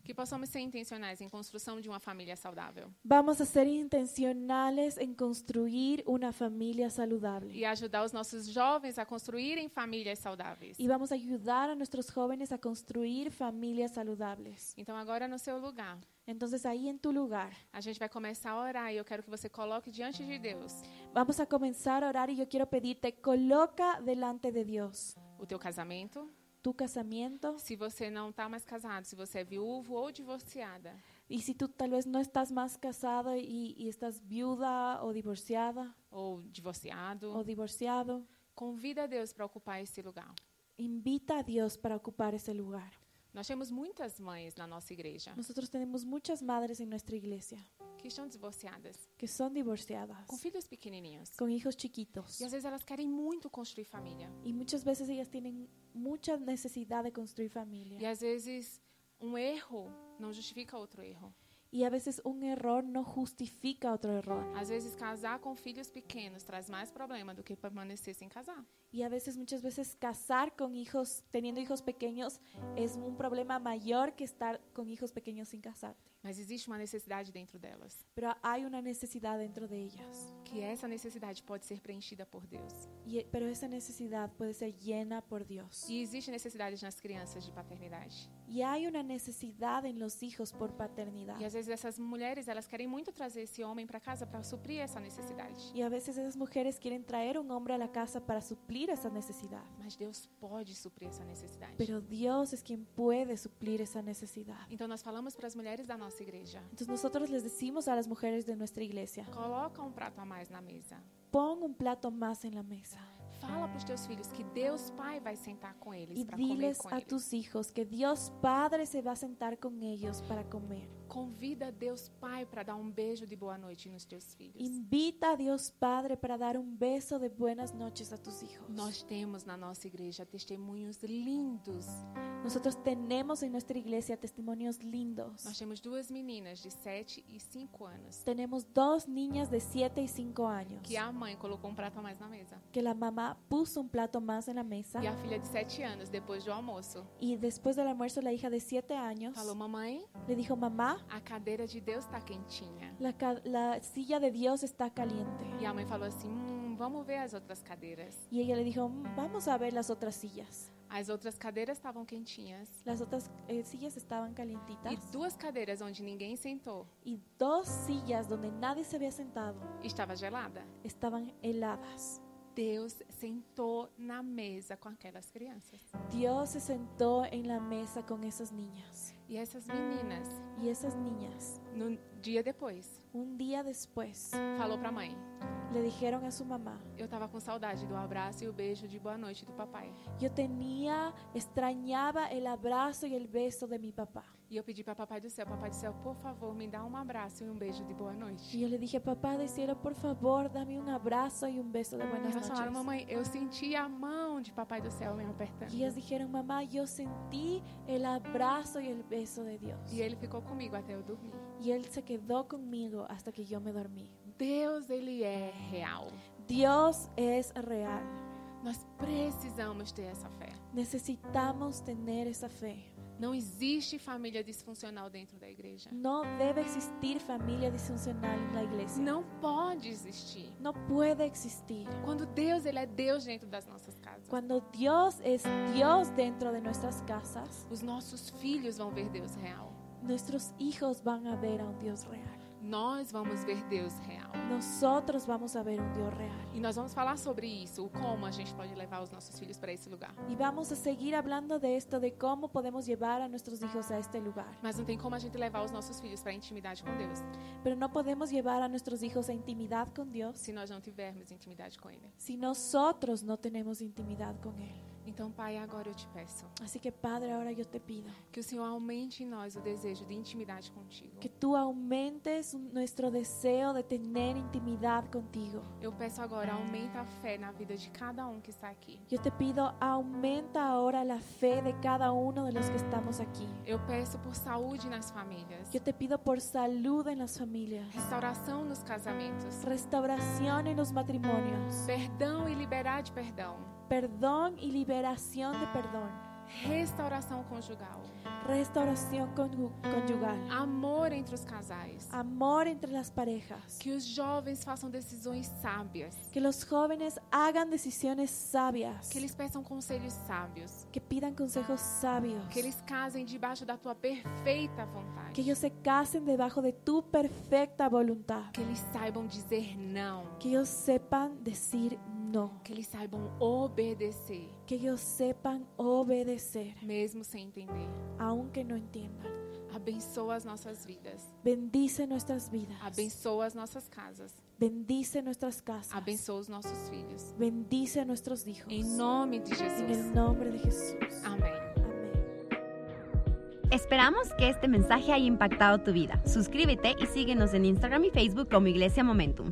Que possamos ser intencionais em construção de uma família saudável Vamos a ser intencionales en construir una familia saludable e ajudar os nossos jovens a construírem famílias saudáveis. y vamos a ayudar a nuestros jóvenes a construir familias saludables. Então agora no seu lugar, Entonces ahí en tu lugar, a gente vai começar a orar e eu quero que você coloque diante de Deus vamos a comenzar a orar y yo quiero pedirte, coloca delante de Dios o teu casamento. tu casamiento Se você não está mais casado, se você é viúvo ou divorciada, y si tú tal vez no estás más casado y, y estás viuda o divorciada ou divorciado, o divorciado, convida Deus para ocupar esse lugar. invita a Dios para ocupar ese lugar. Nós temos muitas mães na nossa igreja Nosotros tenemos muchas madres en nuestra iglesia que estão divorciadas, que son divorciadas. com filhos pequenininhos. con hijos chiquitos. E às vezes elas querem muito construir família. Y muchas veces ellas tienen mucha necesidad de construir E familia. às vezes um erro não justifica outro erro. Y a veces un error no justifica otro error. Às vezes casar com filhos pequenos traz mais problema do que permanecer sem casar. Y a veces, muchas veces, casar con hijos, teniendo hijos pequeños, es un problema mayor que estar con hijos pequeños sin casarte. Mas existe uma necessidade dentro delas, Pero hay una necesidad dentro de ellas. que essa necessidade pode ser preenchida por Deus. Y, pero esa necesidad puede ser llena por Dios. E existe necessidade nas crianças de paternidade. Y hay una necesidad en los hijos por E paternidad. às vezes essas mulheres, elas querem muito trazer esse homem para casa para suprir essa necessidade. Y a veces esas mujeres quieren traer un hombre a la casa para suplir esa necesidad. Mas Deus pode suprir essa necessidade. Pero Dios es quien puede suplir esa necesidad. Então nós falamos para as mulheres da nossa igreja. Entonces nosotros les decimos a las mujeres de nuestra iglesia, Coloca um prato a mais na mesa. pon un plato más en la mesa Fala para os teus filhos que Deus Pai vai sentar com eles y para comer diles com a eles. tus hijos que Dios Padre se va a sentar con ellos para comer. Convida Deus Pai para dar um beijo de boa noite nos teus filhos. Invita a Dios Padre para dar un beso de buenas noches a tus hijos. Nós temos na nossa igreja testemunhos lindos. Nosotros tenemos en nuestra iglesia testimonios Nós lindos. temos duas meninas de 7 e 5 anos Tenemos dos niñas de 7 y 5 años que a mãe colocou um prato a mais na mesa. que la mamá puso un plato más en la mesa E a filha de 7 anos, depois do almoço, y después del almuerzo la hija de 7 años falou: Mamãe, Le dijo, mamá, a cadeira de Deus está quentinha. la, ca- la silla de Dios está caliente. E a mãe falou assim: hum, Vamos ver as outras cadeiras. Y ella le dijo, "Mm, vamos a ver las otras sillas. As outras cadeiras estavam quentinhas. Las otras eh, sillas estaban E calientitas. duas cadeiras onde ninguém sentou Y dos sillas donde nadie se había sentado estava gelada. estaban heladas. Deus sentou na mesa com aquelas crianças. Dios se sentó en la mesa con esas niñas. E essas meninas, Y esas niñas, no dia depois, un día después, falou pra mãe: le dijeron a su mamá, "Eu tava com saudade do abraço e o beijo de boa noite do papai. yo tenía, extrañaba el abrazo y el beso de mi papá. E eu pedi pra papai do céu, papai do céu, por favor, me dá um abraço e um beijo de boa noite." Y yo le dije, papá del cielo, por favor, dame un abrazo y un beso de E buenas elas falaram: noches. "Mamãe, eu senti a mão de papai do céu me apertando." Y ellas dijeron, mamá, yo sentí el abrazo y el beso de Dios. E ele ficou comigo até eu dormir. Y él se quedó conmigo hasta que yo me dormí. Deus, ele é real. Dios es real. Nós precisamos ter essa fé. Necesitamos tener esa fe. Não existe família disfuncional dentro da igreja. No debe existir familia disfuncional en la iglesia. Não pode existir. No puede existir. Quando Deus, ele é Deus dentro das nossas casas. Cuando Dios es Dios dentro de nuestras casas, Os nossos filhos vão ver Deus real. nuestros hijos van a ver a un Dios real. Nós vamos ver Deus real. Nosotros vamos a ver un Dios real. E nós vamos falar sobre isso, o como a gente pode levar os nossos filhos para esse lugar. Y vamos a seguir hablando de esto, de cómo podemos llevar a nuestros hijos a este lugar. Mas não tem como a gente levar os nossos filhos para a intimidade com Deus Pero no podemos llevar a nuestros hijos a intimidad con Dios se nós não tivermos intimidade com Ele. si nosotros no tenemos intimidad con Él. Então, Pai, agora eu te peço Así que Padre, ahora yo te pido que o Senhor aumente em nós o desejo de intimidade contigo. que tú aumentes nuestro deseo de tener intimidad contigo. Eu peço agora, aumenta a fé na vida de cada um que está aqui. Yo te pido, aumenta ahora la fe de cada uno de los que estamos aquí. Eu peço por saúde nas famílias, Yo te pido por salud en las familias, restauração nos casamentos, restauración en los matrimonios, perdão e liberar de perdão, perdón y liberación de perdón, restauração conjugal, restauración conyu- conyugal, amor entre os casais. amor entre las parejas. Que os jovens façam decisões sábias. Que los jóvenes hagan decisiones sabias, Que eles peçam conselhos sábios. que pidan consejos sabios, Que eles casem debajo da tua perfeita vontade. que ellos se casen debajo de tu perfecta voluntad, Que eles saibam dizer não. que ellos sepan decir no, Que eles saibam obedecer, que ellos sepan obedecer, mesmo sem entender. aunque no entiendan. Abençoa as nossas vidas. Bendice nuestras vidas, Abençoa as nossas casas. bendice nuestras casas, Abençoa os nossos filhos. bendice a nuestros hijos. Em nome de En el Jesus. nombre de Jesús. Amém. Amén. Esperamos que este mensaje haya impactado tu vida. Suscríbete y síguenos en Instagram y Facebook como Iglesia Momentum.